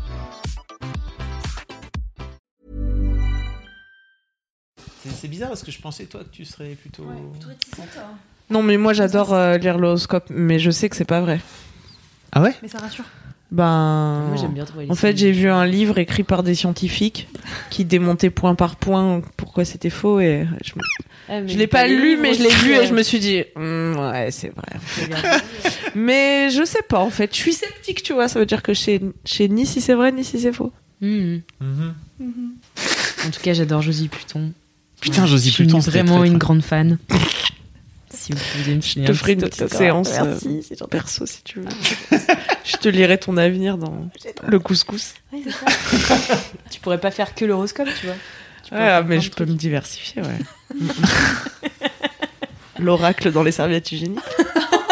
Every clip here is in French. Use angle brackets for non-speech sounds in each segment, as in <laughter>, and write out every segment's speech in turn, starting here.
C'est c'est bizarre parce que je pensais toi que tu serais plutôt. Non, mais moi j'adore euh, lire l'horoscope, mais je sais que c'est pas vrai. Ah ouais Mais ça rassure. Ben. Moi, j'aime bien trouver les En fait, signes. j'ai vu un livre écrit par des scientifiques qui démontaient point par point pourquoi c'était faux et je, me- Ah, mais je l'ai t'as pas lu, mais je l'ai aussi, vu euh, et je me suis dit, Hmm, ouais, c'est vrai. <laughs> c'est bien. Mais je sais pas en fait, je suis sceptique, tu vois, ça veut dire que je sais, je sais ni si c'est vrai ni si c'est faux. Mhm. Mhm. Mm-hmm. En tout cas, j'adore Josie Pluton. Putain, Josie Je suis Pluton, c'était vraiment très, très- une grande <laughs> fan. si vous pouvez me Je signer te un ferai une petit petite autographe. séance euh, perso si <laughs> tu veux. je te lirai ton avenir dans le couscous. Tu pourrais pas faire que l'horoscope, tu vois. Tu pourrais Ouais, faire mais plein je de peux me diversifier, ouais. <laughs> L'oracle dans les serviettes hygiéniques.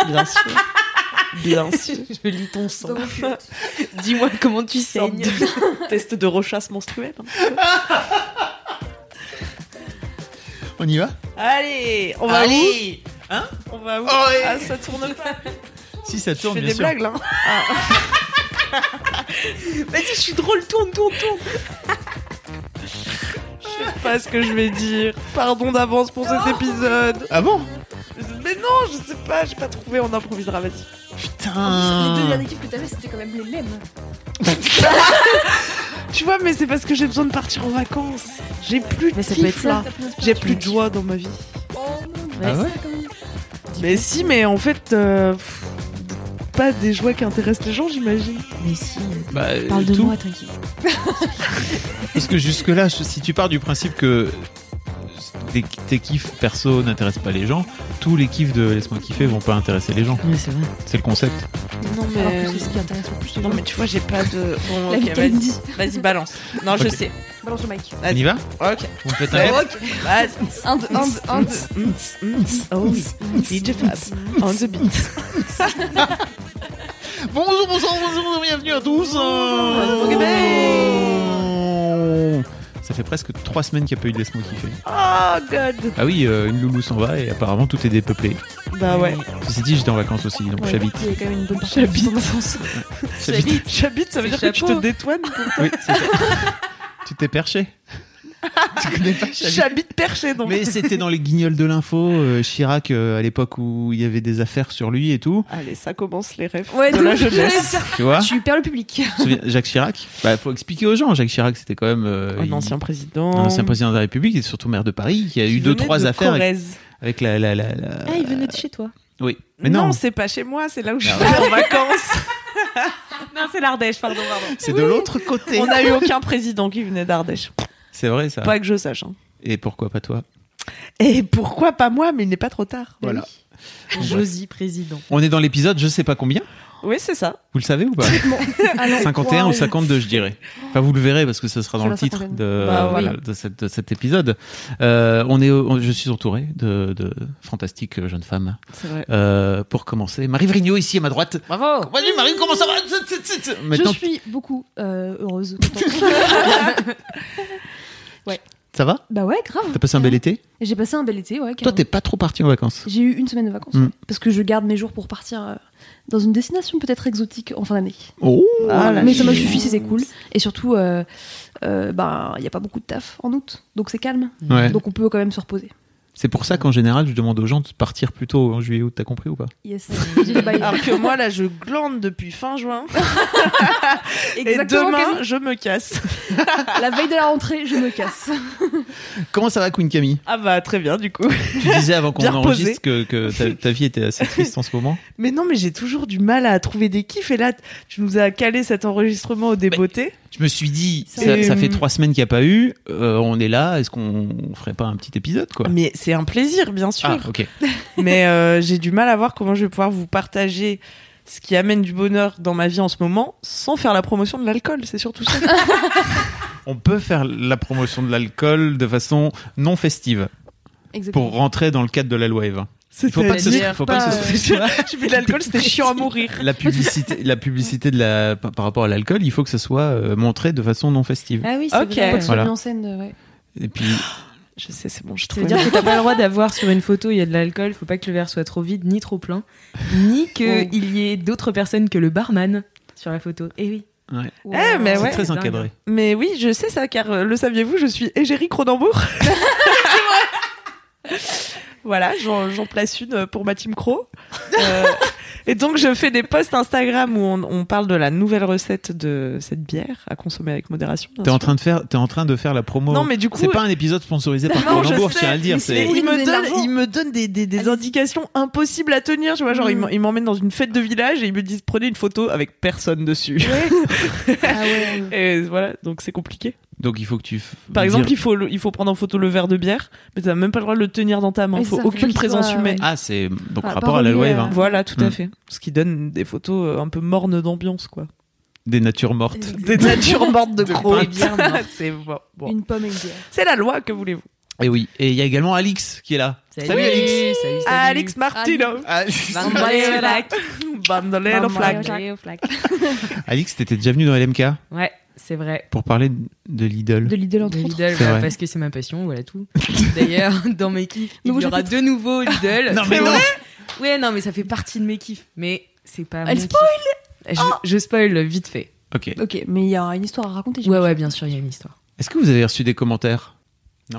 Bien sûr. <laughs> Bien sûr. trucs. Je lis ton sang. Donc, Dis-moi comment tu Sorte saignes. de test de rechasse menstruelle. un petit peu. On y va Allez, on va Allez où On va où Ah Oh, ouais. Ah, ça tourne pas. Si ça Je tourne, fais bien des sûr. blagues là. Ah. <laughs> Vas-y, je suis drôle, tourne, tourne, tourne. Je sais pas ce que je vais dire. Pardon d'avance pour cet épisode. Ah bon Mais non, je sais pas, j'ai pas trouvé, on improvisera, vas-y. Putain Les deux derniers kiffs que t'avais, c'était quand même les mêmes. Tu vois, mais c'est parce que j'ai besoin de partir en vacances. J'ai plus de Mais ça peut kiff, être ça. là. T'as pris J'ai l'inspiration. plus de joie dans ma vie. Oh non, Ah ouais c'est quand même- Mais si, mais en fait, euh, pff, pas des joies qui intéressent les gens, j'imagine. Mais si, Bah, euh, parle de tout. moi, t'inquiète. Parce que jusque-là, je- si tu pars du principe que tes, tes kiffs perso n'intéressent pas les gens, tous les kiffs de Laisse-moi kiffer vont pas intéresser les gens. Mais c'est vrai. C'est le concept. Non, euh, Alors que c'est ce qui intéresse le plus les Non, gens. mais tu vois, j'ai pas <laughs> de. Bon, La ok, vie qu'elle vas-y. dit. Vas-y, balance. Non, je Ok. sais. Balance le mic. On y va Ok. Vous me faites un rêve Ok. Vas-y. 1, 2, 1, 2, 1, 2. Ah Oh, DJ Fab, on the beat. Bonjour, bonsoir, bonjour, bonjour, bienvenue à tous euh, Bonjour, Ça fait presque trois semaines qu'il n'y a pas eu de Laisse-moi kiffer. Oh, God. Ah oui, euh, une loulou s'en va et apparemment tout est dépeuplé. Bah ouais. Ceci dit, j'étais en vacances aussi, donc j'habite. Il y a quand même une Ah. bonne partie. J'habite. J'habite. J'habite, ça veut C'est dire que tu chapeau. te détoines. pour- Oui, c'est ça. tu t'es <laughs> perché. tu connais pas Chablis J'habite perché, donc. Mais c'était dans les guignols de l'info, euh, Chirac, euh, à l'époque où il y avait des affaires sur lui et tout. Allez, ça commence les rêves Ouais, de la donc, jeunesse. Tu <laughs> vois Tu perds le public. Tu te souviens, Jacques Chirac Bah, faut expliquer aux gens. Jacques Chirac, c'était quand même euh, Un il- ancien président. un ancien président de la République et surtout maire de Paris qui a eu qui deux, venait trois de affaires avec, Corrèze. avec la. la, la, la- Ah, il venait de chez <laughs> toi. Oui. Mais Non, non, c'est pas chez moi, c'est là où je Ah suis en <laughs> vacances. Non, c'est l'Ardèche, pardon, pardon. c'est de l'autre côté. On n'a eu aucun président qui venait d'Ardèche. C'est vrai, ça. Pas Bah que je sache. hein. Et pourquoi pas toi Et pourquoi pas moi, mais il n'est pas trop tard. Voilà. Josie, président. On est dans l'épisode, je sais pas combien. Oui, c'est ça. Vous le savez ou pas <laughs> <laughs> Alors, 51 ou 52, je dirais. Enfin, vous le verez parce que ce sera dans C'est le la titre cinquantaine. de, Bah, voilà, oui. de, cette- de cet épisode. Euh, on est, au- on- je suis entouré de, de fantastiques jeunes femmes. C'est vrai. Euh, pour commencer, Marie Vrigno ici à ma droite. Bravo Salut Marie, comment ça va Zut, zut, zut. Maintenant, Je suis beaucoup euh, heureuse. ça va bah ouais, grave. T'as passé un bel été J'ai passé un bel été, ouais. Toi, carrément. t'es pas trop parti en vacances. J'ai eu une semaine de vacances. Mm. ouais, Parce que je garde mes jours pour partir euh, dans une destination peut-être exotique en fin d'année. Oh Ah, la Mais ça m'a chance. suffi, c'était cool. Et surtout, euh, euh, ben, il n'y a pas beaucoup de taf en août. Donc c'est calme. Ouais. Donc on peut quand même se reposer. C'est pour ça qu'en général, je demande aux gens de partir plus tôt en juillet août. T'as compris ou pas Yes. J'ai les bails. Alors que moi, là, je glande depuis fin juin. <laughs> Exactement. et demain, Camille. je me casse. <laughs> La veille de la rentrée, je me casse. <laughs> Comment ça va, Queen Camille Ah bah, très bien, du coup. Tu disais avant qu'on Bien reposée. enregistre que, que ta, ta vie était assez triste en ce moment. Mais non, mais j'ai toujours du mal à trouver des kiffs. Et là, t- tu nous as calé cet enregistrement au débeauté. Je me suis dit, Ça- ça, Et, ça fait euh, trois semaines qu'il n'y a pas eu, euh, on est là, est-ce qu'on on ferait pas un petit épisode, quoi Mais, c'est un plaisir, bien sûr. Ah, ok. <laughs> mais euh, j'ai du mal à voir comment je vais pouvoir vous partager ce qui amène du bonheur dans ma vie en ce moment sans faire la promotion de l'alcool. C'est surtout <laughs> ça. On peut faire la promotion de l'alcool de façon non festive pour rentrer dans le cadre de la loi Eva. C'est Faut pas que ce- C'est-à-dire faut pas que ce pas- euh, <laughs> Tu fais de l'alcool, c'était chiant à mourir. La publicité, la publicité de la, par par rapport à l'alcool, il faut que ce soit euh, montré de façon non festive. Ah oui, c'est c'est Ok. vrai. vrai. Voilà. en scène, <laughs> euh, ouais. Et puis, Je sais, c'est bon, je Ça trouve. veut dire que t'as pas le droit d'avoir sur une photo, il y a de l'alcool, faut pas que le verre soit trop vide ni trop plein, ni Oh. qu'il y ait d'autres personnes que le barman sur la photo. Eh oui. ouais, Eh, mais c'est ouais. hein. très dingue. encadré. Mais oui, je sais ça, car euh, le saviez-vous, je suis Égérie Cronenbourg. c'est vrai. Voilà, j'en j'en place une euh, pour ma team Cro. Euh, et donc, je fais des posts Instagram où on, on parle de la nouvelle recette de cette bière à consommer avec modération. bien T'es en sûr. train de faire, t'es en train de faire la promo. Non, mais du coup, c'est pas un épisode sponsorisé par Non, je Cronenbourg, je sais, tiens à le dire. mais C'est il, Vous me donnez de donne, l'argent. il me donne des, des- des indications impossibles à tenir. Tu vois, genre, il m- il m'emmène dans une fête de village et ils me disent prenez une photo avec personne dessus. Ah ouais. ouais. <laughs> et voilà, donc c'est compliqué. donc il faut que tu. f- dire- Par exemple, il faut, le- il faut prendre en photo le verre de bière, mais t'as même pas le droit de le tenir dans ta main. Oui, Faut c'est ça, faut pas aucune qu'il présence soit- humaine. Ah, c'est donc Ah, rapport à la loi parolier, Eva. euh, Voilà, tout à Mm. fait. Ce qui donne des photos euh, un peu mornes d'ambiance, quoi. Des natures mortes. Des <laughs> natures mortes de crocs. Et bien, non. <laughs> C'est bon. bon. Une pomme et une bière. C'est la loi que voulez-vous. Et Eh oui. Et il y a également Alix qui est là. Salut Alix. Salut, salut. Alex Martino. Bandolero flag. Bandolero flag. <laughs> Alix, t'étais déjà venue dans LMK Ouais, c'est vrai. pour parler de Lidl. De Lidl, De entre autres. Lidl, C'est bah, vrai. parce que c'est ma passion, voilà tout. <laughs> D'ailleurs, dans mes kiffs, il Nouveau y aura de nouveau Lidl. Non, mais C'est non. vrai. Ouais, non, mais ça fait partie de mes kiffs. Mais c'est pas. Elle mon kiff. je, je spoil vite fait. Ok. Ok, mais il y a une histoire à raconter. Ouais, j'imagine. ouais, bien sûr, il y a une histoire. Est-ce que vous avez reçu des commentaires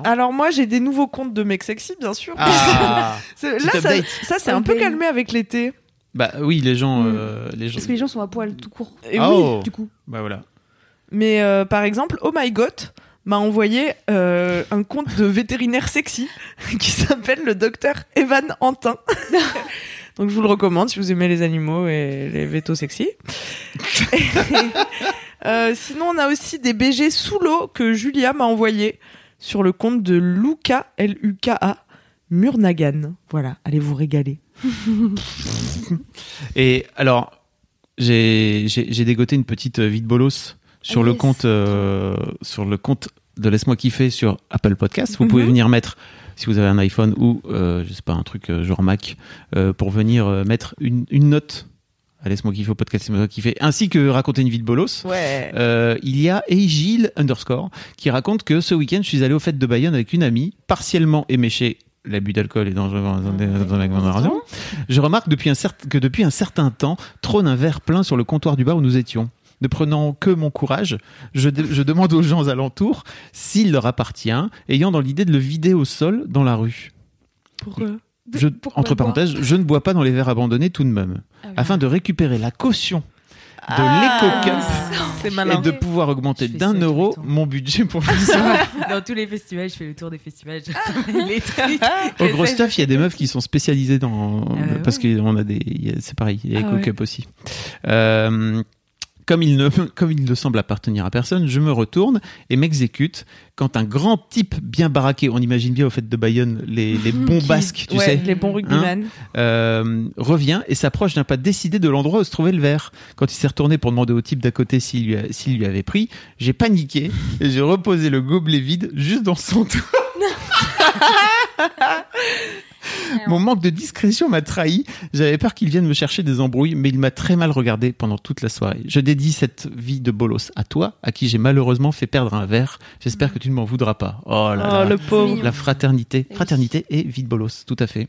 Alors moi j'ai des nouveaux comptes de mecs sexy bien sûr. Ah <laughs> C'est- Petit Là ça, update. ça c'est un peu Update. calmé avec l'été. <laughs> Bah oui, les gens. euh, les gens... Mm. Parce que les gens sont à poil tout court. Et Oh. oui du coup. Bah voilà. Mais euh, par exemple, Oh My God m'a envoyé euh, un compte de vétérinaire sexy <laughs> qui s'appelle le docteur Evan Antin. Donc je vous le recommande si vous aimez les animaux et les vétos sexy. Euh, sinon, on a aussi des BG sous l'eau que Julia m'a envoyé sur le compte de Luca, L-U-K-A, Murnagan. Voilà, allez vous régaler. Et alors, j'ai j'ai- j'ai dégoté une petite euh, vie de bolos sur Ah, le yes. compte euh, sur le compte de laisse-moi kiffer sur Apple Podcast. Vous Mhm. pouvez venir mettre si vous avez un iPhone ou euh, je sais pas un truc euh, genre Mac euh, pour venir euh, mettre une, une note à laisse-moi kiffer au podcast laisse-moi kiffer ainsi que raconter une vie de bolos. Ouais. Euh, il y a Egil underscore qui raconte que ce week-end, je suis allé aux fêtes de Bayonne avec une amie, partiellement éméchée. L'abus d'alcool est dangereux Ah, dans dans- dans- dans la agglomération. Je remarque depuis un certain- que depuis un certain temps, trône un verre plein sur le comptoir du bar où nous étions. Ne prenant que mon courage, je, de- je demande aux gens alentours s'il leur appartient, ayant dans l'idée de le vider au sol dans la rue. Pour, euh, Je- Pourquoi entre boire parenthèses, je ne bois pas dans les verres abandonnés tout de même, Ah oui. Ah. afin de récupérer la caution de l'éco-cup C'est et malin. de pouvoir augmenter Ah Je fais d'un ça tout euro le temps. mon budget <laughs> pour l'émission. Dans tous les festivals, je fais le tour des festivals. <laughs> je ramène les trucs. Au <laughs> gros stuff, il y a des meufs qui sont spécialisées dans Ah bah parce qu'on a des il y a- c'est pareil, il y a Ah Eco ouais. Cup aussi. Euh, comme il, ne, comme il ne semble appartenir à personne, je me retourne et m'exécute quand un grand type bien baraqué, on imagine bien au fait de Bayonne, les, <laughs> les bons Qui- basques, tu ouais, sais, Les bons rugbyman. euh, revient et s'approche d'un pas décidé de l'endroit où se trouvait le verre. Quand il s'est retourné pour demander au type d'à côté s'il lui, a- s'il lui avait pris, j'ai paniqué et j'ai reposé le gobelet vide juste dans son dos. Mon manque de discrétion m'a trahi. J'avais peur qu'il vienne me chercher des embrouilles, mais il m'a très mal regardé pendant toute la soirée. Je dédie cette vie de bolos à toi, à qui j'ai malheureusement fait perdre un verre. J'espère que tu ne m'en voudras pas. Oh là là. Oh, le pauvre. La fraternité. Fraternité et vie de bolos, tout à fait.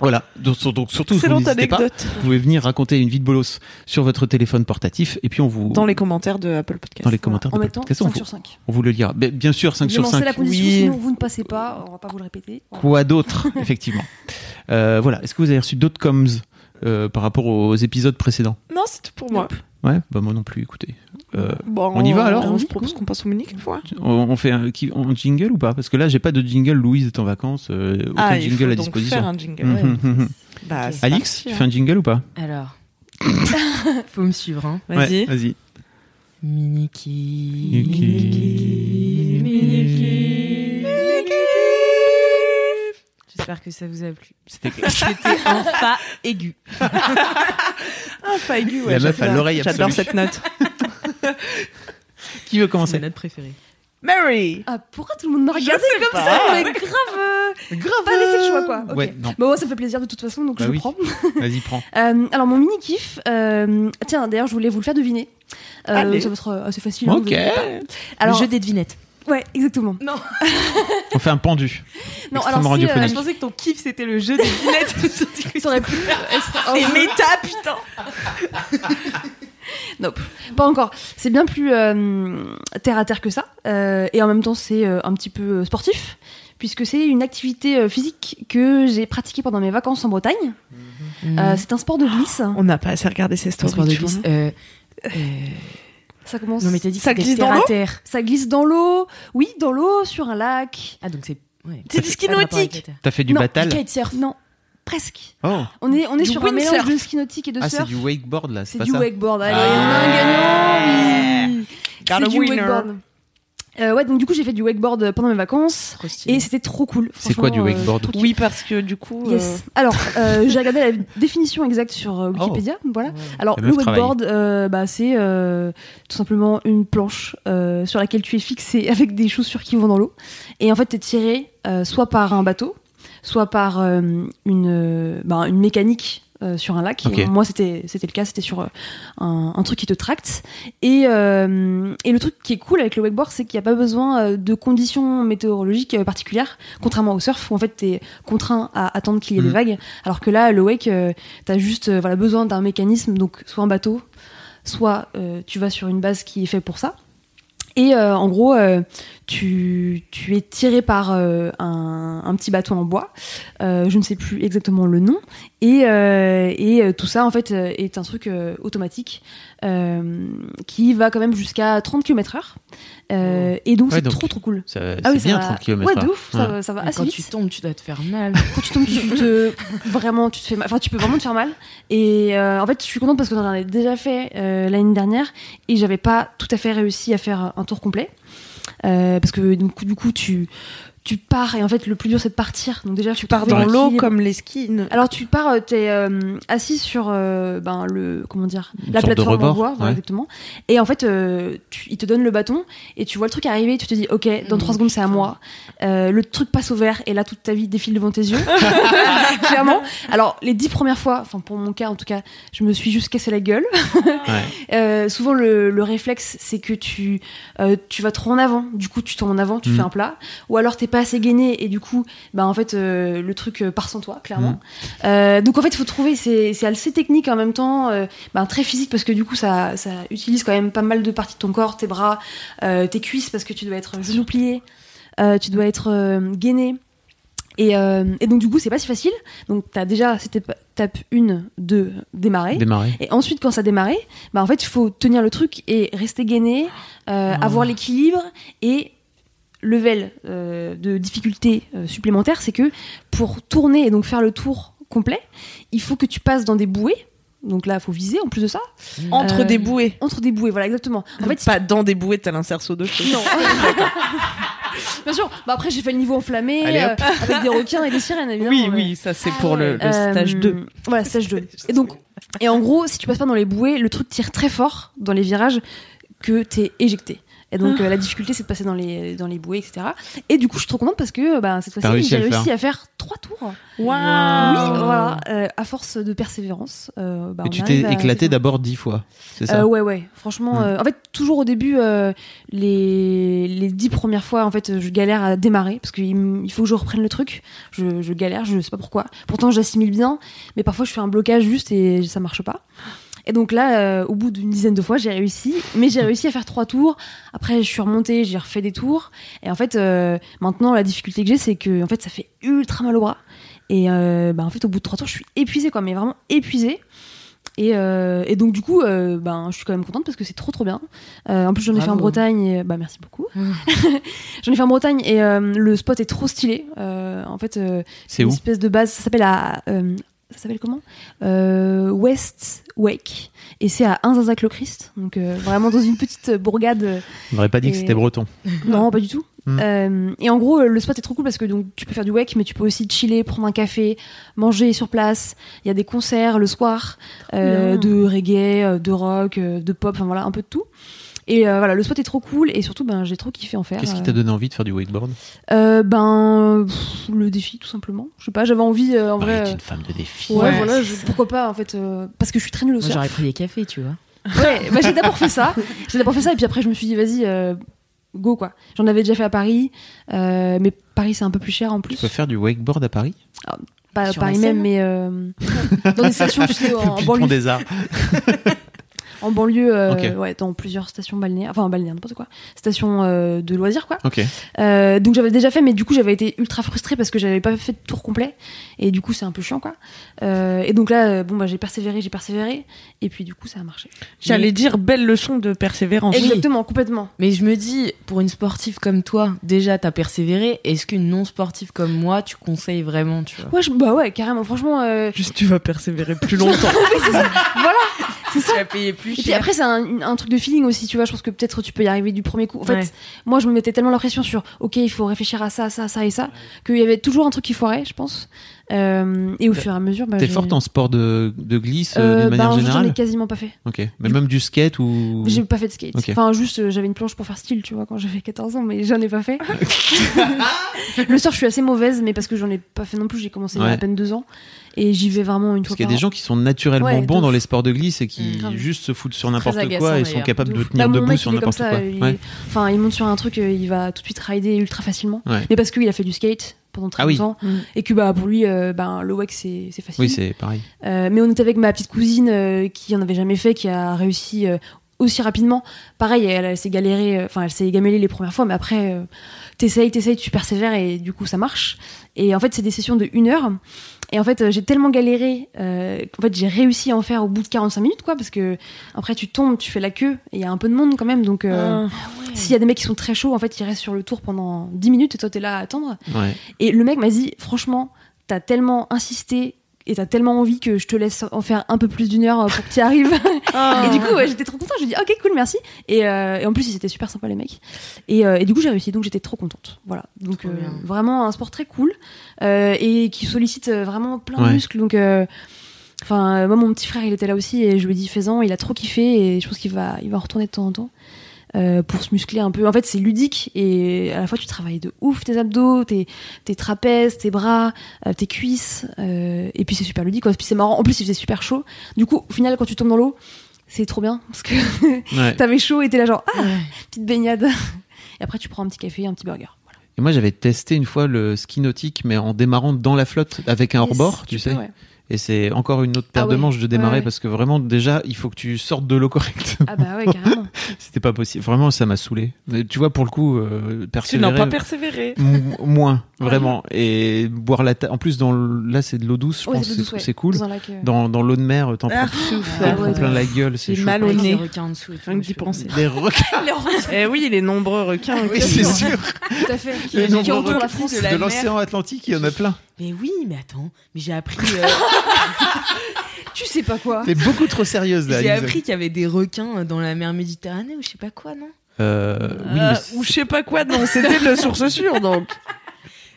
Voilà. Donc, sur- donc surtout, vous Ah. Excellente n'hésitez pas. anecdote. Vous pouvez venir raconter une vie de bolos sur votre téléphone portatif et puis on vous Dans les commentaires de Apple Podcast. dans les commentaires. En de mettant podcast, on, 5 vous, sur 5. on vous le lira. Mais bien sûr, 5 Je sur 5. lançais la position, Oui. sinon vous ne passez pas, on va pas vous le répéter. Voilà. Quoi d'autre, <laughs> effectivement. Euh, voilà. Est-ce que vous avez reçu d'autres coms euh, par rapport aux épisodes précédents Non, c'est tout pour moi. Ouais, bah moi non plus. Écoutez, Euh, Bon, on y va, alors Je propose qu'on passe au Munich une fois. on, on fait un, qui- on jingle ou pas Parce que là, j'ai pas de jingle. Louise est en vacances. euh, aucun ah, il faut jingle à donc disposition. faire un jingle. Mhm, ouais. mhm, <laughs> mhm. Bah, c'est Alix, parti, tu hein. fais un jingle ou pas Alors, faut me suivre, hein. Vas-y. Ouais, vas-y. Miniki. Miniki. Miniki. Miniki. J'espère J'espère que ça vous a plu. <laughs> C'était clair. C'était un fa aigu. Ah, pas aigu, ouais. La meuf a j'adore. l'oreille J'adore absolue. cette note. <laughs> Qui veut C'est commencer ma note préférée. Mary Ah, pourquoi tout le monde m'a regardé sais comme pas. ça Mais grave euh, Grave Pas laissé le choix, quoi. Ok. Ah Ouais, non, Bah, moi, ça me fait plaisir de toute façon, donc Bah je oui. prends. vas-y, prends. Euh, alors, mon mini-kiff, euh, tiens, d'ailleurs, je voulais vous le faire deviner. Euh, Allez. ça va être euh, assez facile. hein, vous Ok. inquiétez pas. Alors, Le jeu des devinettes. ouais, exactement. On fait un pendu. Non, Extrêmement alors, si, euh, radiophonique. je pensais que ton kiff c'était le jeu des <laughs> devinettes. si on <laughs> a pu- Oh. C'est méta, putain <laughs> Pas encore. C'est bien plus euh, terre à terre que ça. Euh, et en même temps, c'est euh, un petit peu euh, sportif, puisque c'est une activité euh, physique que j'ai pratiquée pendant mes vacances en Bretagne. Mmh. Euh, c'est un sport de glisse. On n'a pas assez regardé ces stories. tu vois. Ça commence. euh, Non mais t'as dit que Ça c'était glisse terre dans à l'eau terre. Ça glisse dans l'eau. Oui, dans l'eau, sur un lac. Ah donc c'est. ouais. C'est du ski Pas de rapport avec la nautique. terre. T'as fait du Non, batal Du kitesurf. Non, presque. Oh On est, on est Du sur windsurf. un mélange de ski nautique et de Ah, c'est surf. du wakeboard là, c'est C'est pas du ça wakeboard. Allez, Ah. on a un gagnant. oui. Got a C'est du winner. wakeboard. Euh, ouais, donc du coup, j'ai fait du wakeboard pendant mes vacances. Trop stylé. Et c'était trop cool. C'est quoi du Franchement, euh, wakeboard trop kiff. Oui, parce que du coup. euh, Yes. Alors, euh, j'ai regardé la définition exacte sur euh, Wikipédia. Voilà. Alors, Oh. La le meuf travaille. wakeboard, euh, bah, c'est euh, tout simplement une planche euh, sur laquelle tu es fixé <laughs> avec des chaussures qui vont dans l'eau. Et en fait, tu es tiré euh, soit par un bateau, soit par euh, une, euh, bah, une mécanique. euh, sur un lac. Ok. Et moi, c'était c'était le cas. C'était sur euh, un, un truc qui te tracte. Et, euh, et le truc qui est cool avec le wakeboard, c'est qu'il n'y a pas besoin euh, de conditions météorologiques euh, particulières, contrairement au surf où en fait tu es contraint à attendre qu'il y ait des Mhm. vagues, alors que là, le wake, euh, t'as juste euh, voilà, besoin d'un mécanisme, donc soit un bateau, soit euh, tu vas sur une base qui est faite pour ça. Et euh, en gros, euh, tu, tu es tiré par euh, un, un petit bateau en bois, euh, je ne sais plus exactement le nom, et, euh, et euh, tout ça en fait euh, est un truc euh, automatique euh, qui va quand même jusqu'à 30 km/h. Euh, et donc Oh. Ouais, c'est donc- trop trop cool. Ça- C'est Ah oui, ça bien va- 30 km. Ouais, de ouf, Hum. ça, va- ça va Mais assez quand vite tu tombes, tu dois te faire mal. quand tu tombes, tu te vraiment, tu te fais mal. Enfin, tu peux vraiment te faire mal. Et euh, en fait, je suis contente parce que j'en ai déjà fait euh, l'année dernière et j'avais pas tout à fait réussi à faire un tour complet Euh, parce que donc, du coup, tu tu pars et en fait, le plus dur c'est de partir. Donc déjà, tu Part dans l'eau comme les skis. ne- Alors tu pars, euh, t'es euh, assis sur euh, ben, le comment dire Une la sorte de plateforme en rebord, bois, voilà, ouais. exactement. Et en fait, euh, tu, il te donne le bâton et tu vois le truc arriver. et Tu te dis, ok, dans Mmh, trois secondes c'est à putain. moi. Euh, le truc passe au vert et là toute ta vie défile devant tes yeux. <laughs> Clairement. Alors les dix premières fois, enfin pour mon cas en tout cas, je me suis juste cassé la gueule. Ouais. <laughs> Euh, souvent le, le réflexe c'est que tu euh, tu vas trop en avant. Du coup tu tombes en avant, tu Mmh. fais un plat. Ou alors t'es pas assez gainé et du coup bah en fait euh, le truc euh, part sans toi clairement. Mm. Euh, donc en fait il faut trouver c'est c'est assez technique en même temps euh, ben, très physique parce que du coup ça ça utilise quand même pas mal de parties de ton corps tes bras euh, tes cuisses parce que tu dois être genoux pliés euh, tu dois être euh, gainé et, euh, et donc du coup c'est pas si facile donc t'as déjà cette étape 1 2 démarrer Démarrer. et ensuite, quand ça démarrait, bah en fait, il faut tenir le truc et rester gainé, euh, Ah. avoir l'équilibre et level euh, de difficulté euh, supplémentaire, c'est que pour tourner et donc faire le tour complet, il faut que tu passes dans des bouées. Donc là, il faut viser en plus de ça. Entre Euh, des bouées. Entre des bouées, voilà, exactement. En fait, si pas dans des bouées, t'as l'insertion de feu. <laughs> non. Bien sûr. Bah après, j'ai fait le niveau enflammé Allez, hop. euh, avec des requins et des sirènes, évidemment. Oui, mais- oui, ça c'est pour le, le euh, stage 2. Voilà, stage 2. Et donc, et en gros, si tu passes pas dans les bouées, le truc tire très fort dans les virages que t'es éjecté. Et Ah. donc, euh, la difficulté, c'est de passer dans les, dans les bouées, etc. Et du coup, je suis trop contente parce que euh, bah, cette T'as fois-ci, réussi j'ai à le Ah. réussi à faire trois tours. Waouh. Oui, voilà, euh, à force de persévérance. euh, bah, Et on tu arrive t'es à- éclaté d'abord 10 fois, c'est euh, ça ouais, ouais. Franchement, Mm. euh, en fait, toujours au début, euh, les, les dix premières fois, en fait, je galère à démarrer parce qu'il m- il faut que je reprenne le truc. Je, je galère, je sais pas pourquoi. Pourtant, j'assimile bien, mais parfois, je fais un blocage juste et ça marche pas. Et donc là, euh, au bout d'une dizaine de fois, j'ai réussi, mais j'ai réussi à faire trois tours. Après, je suis remontée, j'ai refait des tours. Et en fait, euh, maintenant, la difficulté que j'ai, c'est que en fait, ça fait ultra mal au bras. Et euh, bah, en fait, au bout de trois tours, je suis épuisée, quoi, mais vraiment épuisée. Et, euh, et donc, du coup, euh, ben, je suis quand même contente parce que c'est trop, trop bien. Euh, en plus, j'en ai fait en Bravo. Bretagne. et- bah, merci beaucoup. Ah. Mmh. <laughs> j'en ai fait en Bretagne et euh, le spot est trop stylé. Euh, en fait, euh, C'est une où espèce de base, ça s'appelle à euh, ça s'appelle comment Euh, West Wake. Et c'est à Inzinzac-le-Christ, donc euh, vraiment dans une petite bourgade. euh, On n'aurait pas dit que Et- c'était breton. non, pas du tout. Mm. Euh, et en gros, euh, le spot est trop cool parce que donc tu peux faire du wake, mais tu peux aussi chiller, prendre un café, manger sur place. Il y a des concerts le soir euh, bien. de reggae, euh, de rock, euh, de pop, enfin voilà, un peu de tout. Et euh, voilà, le spot est trop cool et surtout, ben j'ai trop kiffé en faire. Qu'est-ce qui euh. t'a donné envie de faire du wakeboard Euh, Ben pff, le défi tout simplement. Je sais pas, j'avais envie euh, en Ouais, vrai. t'es euh, une femme de défi. Ouais, Ouais, voilà, je- pourquoi pas en fait euh, Parce que je suis très nulle au Moi, surf. j'aurais pris des cafés, tu vois. Ouais, bah, j'ai d'abord fait ça. J'ai d'abord fait ça et puis après je me suis dit vas-y euh, go quoi. J'en avais déjà fait à Paris, euh, mais Paris c'est un peu plus cher en plus. Tu peux faire du wakeboard à Paris Pas à Sur Paris la Seine. même, <laughs> mais euh, dans des stations tu sais, en, en Depuis le pont banlieue, des arts. en banlieue, euh, Ok. ouais, dans plusieurs stations balnéaires, enfin balnéaires n'importe quoi, stations euh, de loisirs quoi. Ok. Euh, donc j'avais déjà fait, mais du coup j'avais été ultra frustrée parce que j'avais pas fait de tour complet et du coup c'est un peu chiant quoi. Euh, et donc là, euh, bon bah j'ai persévéré, j'ai persévéré et puis du coup ça a marché. J'allais dire belle leçon de persévérance. Oui. Exactement, complètement. Mais je me dis, pour une sportive comme toi, déjà, t'as persévéré. Est-ce qu'une non-sportive comme moi, tu conseilles vraiment, tu vois Ouais, je- bah ouais, carrément, franchement. euh, Juste, tu vas persévérer <laughs> plus longtemps. c'est ça. vas payer plus Et puis après, c'est un, un truc de feeling aussi, tu vois. Je pense que peut-être tu peux y arriver du premier coup. En fait, Ouais. moi, je me mettais tellement la pression sur, ok, il faut réfléchir à ça, ça, ça et ça, qu'il y avait toujours un truc qui foirait, je pense. Euh, et au T'es- fur et à mesure, bah, T'es j'ai- forte en sport de, de glisse euh, Euh, d'une bah, manière en fait, J'en ai générale quasiment pas fait. Ok. Mais même du skate ou. J'ai pas fait de skate. Ok. Enfin, juste, euh, j'avais une planche pour faire style, tu vois, quand j'avais 14 ans, mais j'en ai <laughs> pas fait. le surf, je suis assez mauvaise, mais parce que j'en ai pas fait non plus. J'ai commencé il y a Ouais. à peine deux ans et j'y vais vraiment une Parce fois qu'il y a par des an. gens qui sont naturellement Ouais, de bons dans ouf. Mmh, les sports de glisse et qui Mm, grave. juste se foutent sur C'est n'importe très agaçant, quoi et sont d'ailleurs. capables de ouf. tenir Bah, mon debout mec, sur il est comme n'importe ça, quoi. il- Ouais. Enfin, il monte sur un truc, euh, il va tout de suite rider ultra facilement. Ouais. Mais parce qu'il a fait du skate pendant très Ah oui. longtemps. Mm. Et que bah, pour lui, euh, ben, le WEC, c'est c'est facile. Oui, c'est <laughs> pareil. Euh, mais on était avec ma petite cousine euh, qui en avait jamais fait, qui a réussi euh, aussi rapidement. Pareil, elle, elle s'est galérée, euh, enfin, elle s'est gamellée les premières fois, mais après, euh, t'essayes, t'essayes, tu persévères et du coup, ça marche. Et en fait, c'est des sessions de une heure. Et en fait, euh, j'ai tellement galéré euh, qu'en fait, j'ai réussi à en faire au bout de 45 minutes, quoi, parce que après, tu tombes, tu fais la queue, et il y a un peu de monde quand même, donc. euh, S'il y a des mecs qui sont très chauds, en fait, ils restent sur le tour pendant 10 minutes et toi, t'es là à attendre. Ouais. Et le mec m'a dit, franchement, t'as tellement insisté et t'as tellement envie que je te laisse en faire un peu plus d'une heure euh, pour que <laughs> t'y arrives. Ah. et du coup, ouais, j'étais trop contente. Je lui ai dit, ok, cool, merci. Et, euh, et en plus, ils étaient super sympas, les mecs. Et, euh, et du coup, j'ai réussi. Donc, j'étais trop contente. Voilà. Donc, Trop euh, bien. vraiment un sport très cool euh, et qui sollicite euh, vraiment plein Ouais. de muscles. Donc, euh, enfin, euh, moi, mon petit frère, il était là aussi et je lui ai dit, fais-en. Il a trop kiffé et je pense qu'il va, il va en retourner de temps en temps. euh, pour se muscler un peu. En fait, c'est ludique et à la fois tu travailles de ouf tes abdos, tes, tes trapèzes, tes bras, euh, tes cuisses. euh, et puis c'est super ludique. quoi. Puis c'est marrant. En plus, il faisait super chaud. Du coup, au final, quand tu tombes dans l'eau, c'est trop bien parce que <laughs> Ouais. t'avais chaud et t'es là genre ah, Ouais. petite baignade. <laughs> Et après, tu prends un petit café, un petit burger. Voilà. Et moi, j'avais testé une fois le ski nautique, mais en démarrant dans la flotte avec un Yes, hors-bord, tu, sais. peux, ouais. Et c'est encore une autre paire Ah ouais. de manches de démarrer Ouais, ouais. parce que vraiment, déjà, il faut que tu sortes de l'eau correcte. Ah bah ouais, carrément. <laughs> C'était pas possible. Vraiment, ça m'a saoulé. Mais tu vois, pour le coup, euh, tu n'as persévérer. pas persévéré. m- <laughs> moins, vraiment. Et boire la ta- En plus, dans le- là, c'est de l'eau douce, je Ouais, pense. Oh, c'est C'est, de douce, ouais. c'est cool. Dans un lac, euh, <laughs> Dans, dans l'eau de mer, t'en prends, Ah, t'en ouais, prends ouais. plein la gueule, c'est J'ai chaud. mal au Avec nez. les requins en dessous et tout, Rien que d'y monsieur. penser. Des <laughs> requins, Eh oui, les nombreux requins. oui, c'est sûr. Tout à fait. Qui, Les qui nombreux entoure la requins France. De l'océan Atlantique, il y en a plein. Mais oui, mais attends, mais j'ai appris, euh, Tu sais pas quoi. T'es beaucoup trop sérieuse, là. j'ai Elisa. appris qu'il y avait des requins dans la mer Méditerranée ou je sais pas quoi, non Euh, oui, mais Ah, c'est- ou je sais pas quoi, non, c'était le source sûre donc.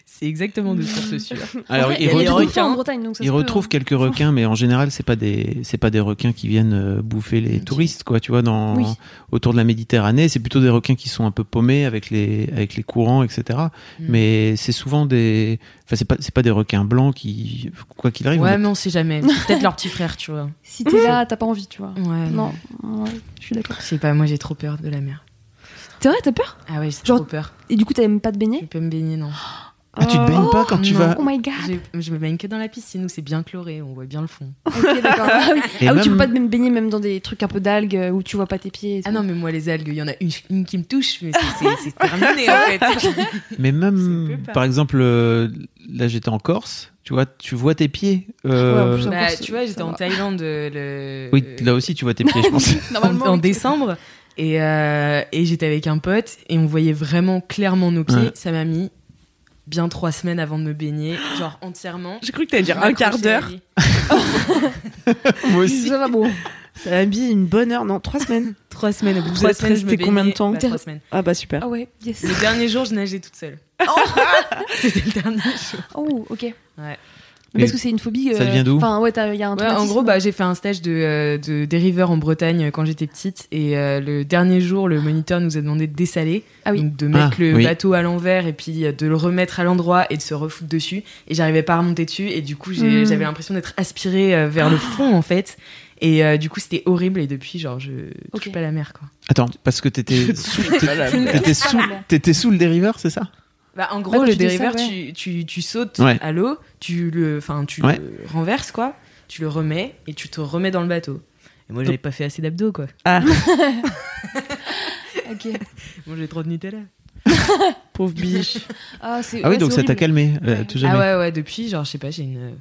C'est exactement de source sûre. Alors, Après, il il y a des retrouve- requins en Bretagne, donc ça Il se peut, retrouve hein. quelques requins, mais en général, c'est pas des, c'est pas des requins qui viennent euh, bouffer les touristes, quoi. Tu vois, dans Oui. autour de la Méditerranée, c'est plutôt des requins qui sont un peu paumés avec les avec les courants, etc. Mm. Mais c'est souvent des, enfin, c'est pas c'est pas des requins blancs qui, quoi qu'il arrive. on Ouais, a- mais on sait jamais. C'est peut-être leur petit frère, tu vois. <laughs> Si t'es là, t'as pas envie, tu vois. Ouais. Non, ouais, je suis d'accord. Je sais pas, moi j'ai trop peur de la mer. C'est vrai, t'as peur Ah ouais, j'ai Genre- trop peur. Et du coup, t'aimes pas te Je baigner peux me baigner, non. Ah, tu te baignes pas quand tu non. vas. Oh my god. J'ai- Je me baigne que dans la piscine où c'est bien chloré, on voit bien le fond. Ok, d'accord. Ah oui, Et Ah oui, même- tu peux pas te même baigner même dans des trucs un peu d'algues euh, où tu vois pas tes pieds. et Ah tout. non, mais moi les algues, il y en a une, une qui me touche, mais c'est- c'est c'est terminé en <laughs> fait. Mais Ça même, peut pas. par exemple, euh, là, j'étais en Corse. Tu vois, tu vois tes pieds. euh, Ouais, en plus, en Bah, Corse, tu vois, ça j'étais en va. Thaïlande euh, le... oui, là aussi, tu vois tes pieds. Je pense. en, Normalement, en oui. décembre. Et, euh, et j'étais avec un pote et on voyait vraiment clairement nos pieds. Ouais. Ça m'a mis bien trois semaines avant de me baigner, genre entièrement. J'ai cru que t'allais dire un quart M'accrocher à la d'heure. vie. Moi aussi. <laughs> Ça va bon. Ça habille une bonne heure, non, trois semaines. Trois semaines. Au bout de Vous trois êtes semaines, je me resté combien de baignais. temps Bah, Trois semaines. Ah bah super. Ah ouais, yes. Le dernier jour, je nageais toute seule. Oh <laughs> C'était le dernier jour. Oh, ok. Ouais. Mais Parce que c'est une phobie. Ça euh, vient d'où Enfin, ouais, t'as- il y a un Ouais, en traumatisme. gros, bah, j'ai fait un stage de, euh, de dériveur en Bretagne euh, quand j'étais petite. Et euh, le dernier jour, le moniteur nous a demandé de dessaler. Ah oui. Donc de mettre Ah, le oui. bateau à l'envers et puis euh, de le remettre à l'endroit et de se refoutre dessus. Et j'arrivais pas à remonter dessus. Et du coup, j'ai- Mm. j'avais l'impression d'être aspirée euh, vers le Ah. fond, en fait. Et euh, du coup, c'était horrible. Et depuis, genre, je touche Ok. pas la mer, quoi. Attends, parce que t'étais sous, t'étais <laughs> sous, t'étais sous le dériveur, c'est ça Bah, en Bah, gros, quand le tu dessales, dériveur, ouais. tu, tu, tu sautes Ouais. à l'eau, tu le, enfin, tu Ouais. le renverses, quoi. Tu le remets et tu te remets dans le bateau. Et moi, j'avais pas fait assez d'abdos, quoi. Ok. Moi, j'ai trop de Nutella. Pauvre biche. Ah, c'est- Ah oui, ouais, donc c'est ça t'a horrible. calmé, euh, tout jamais. Ah ouais, ouais, depuis, genre, je sais pas, j'ai une.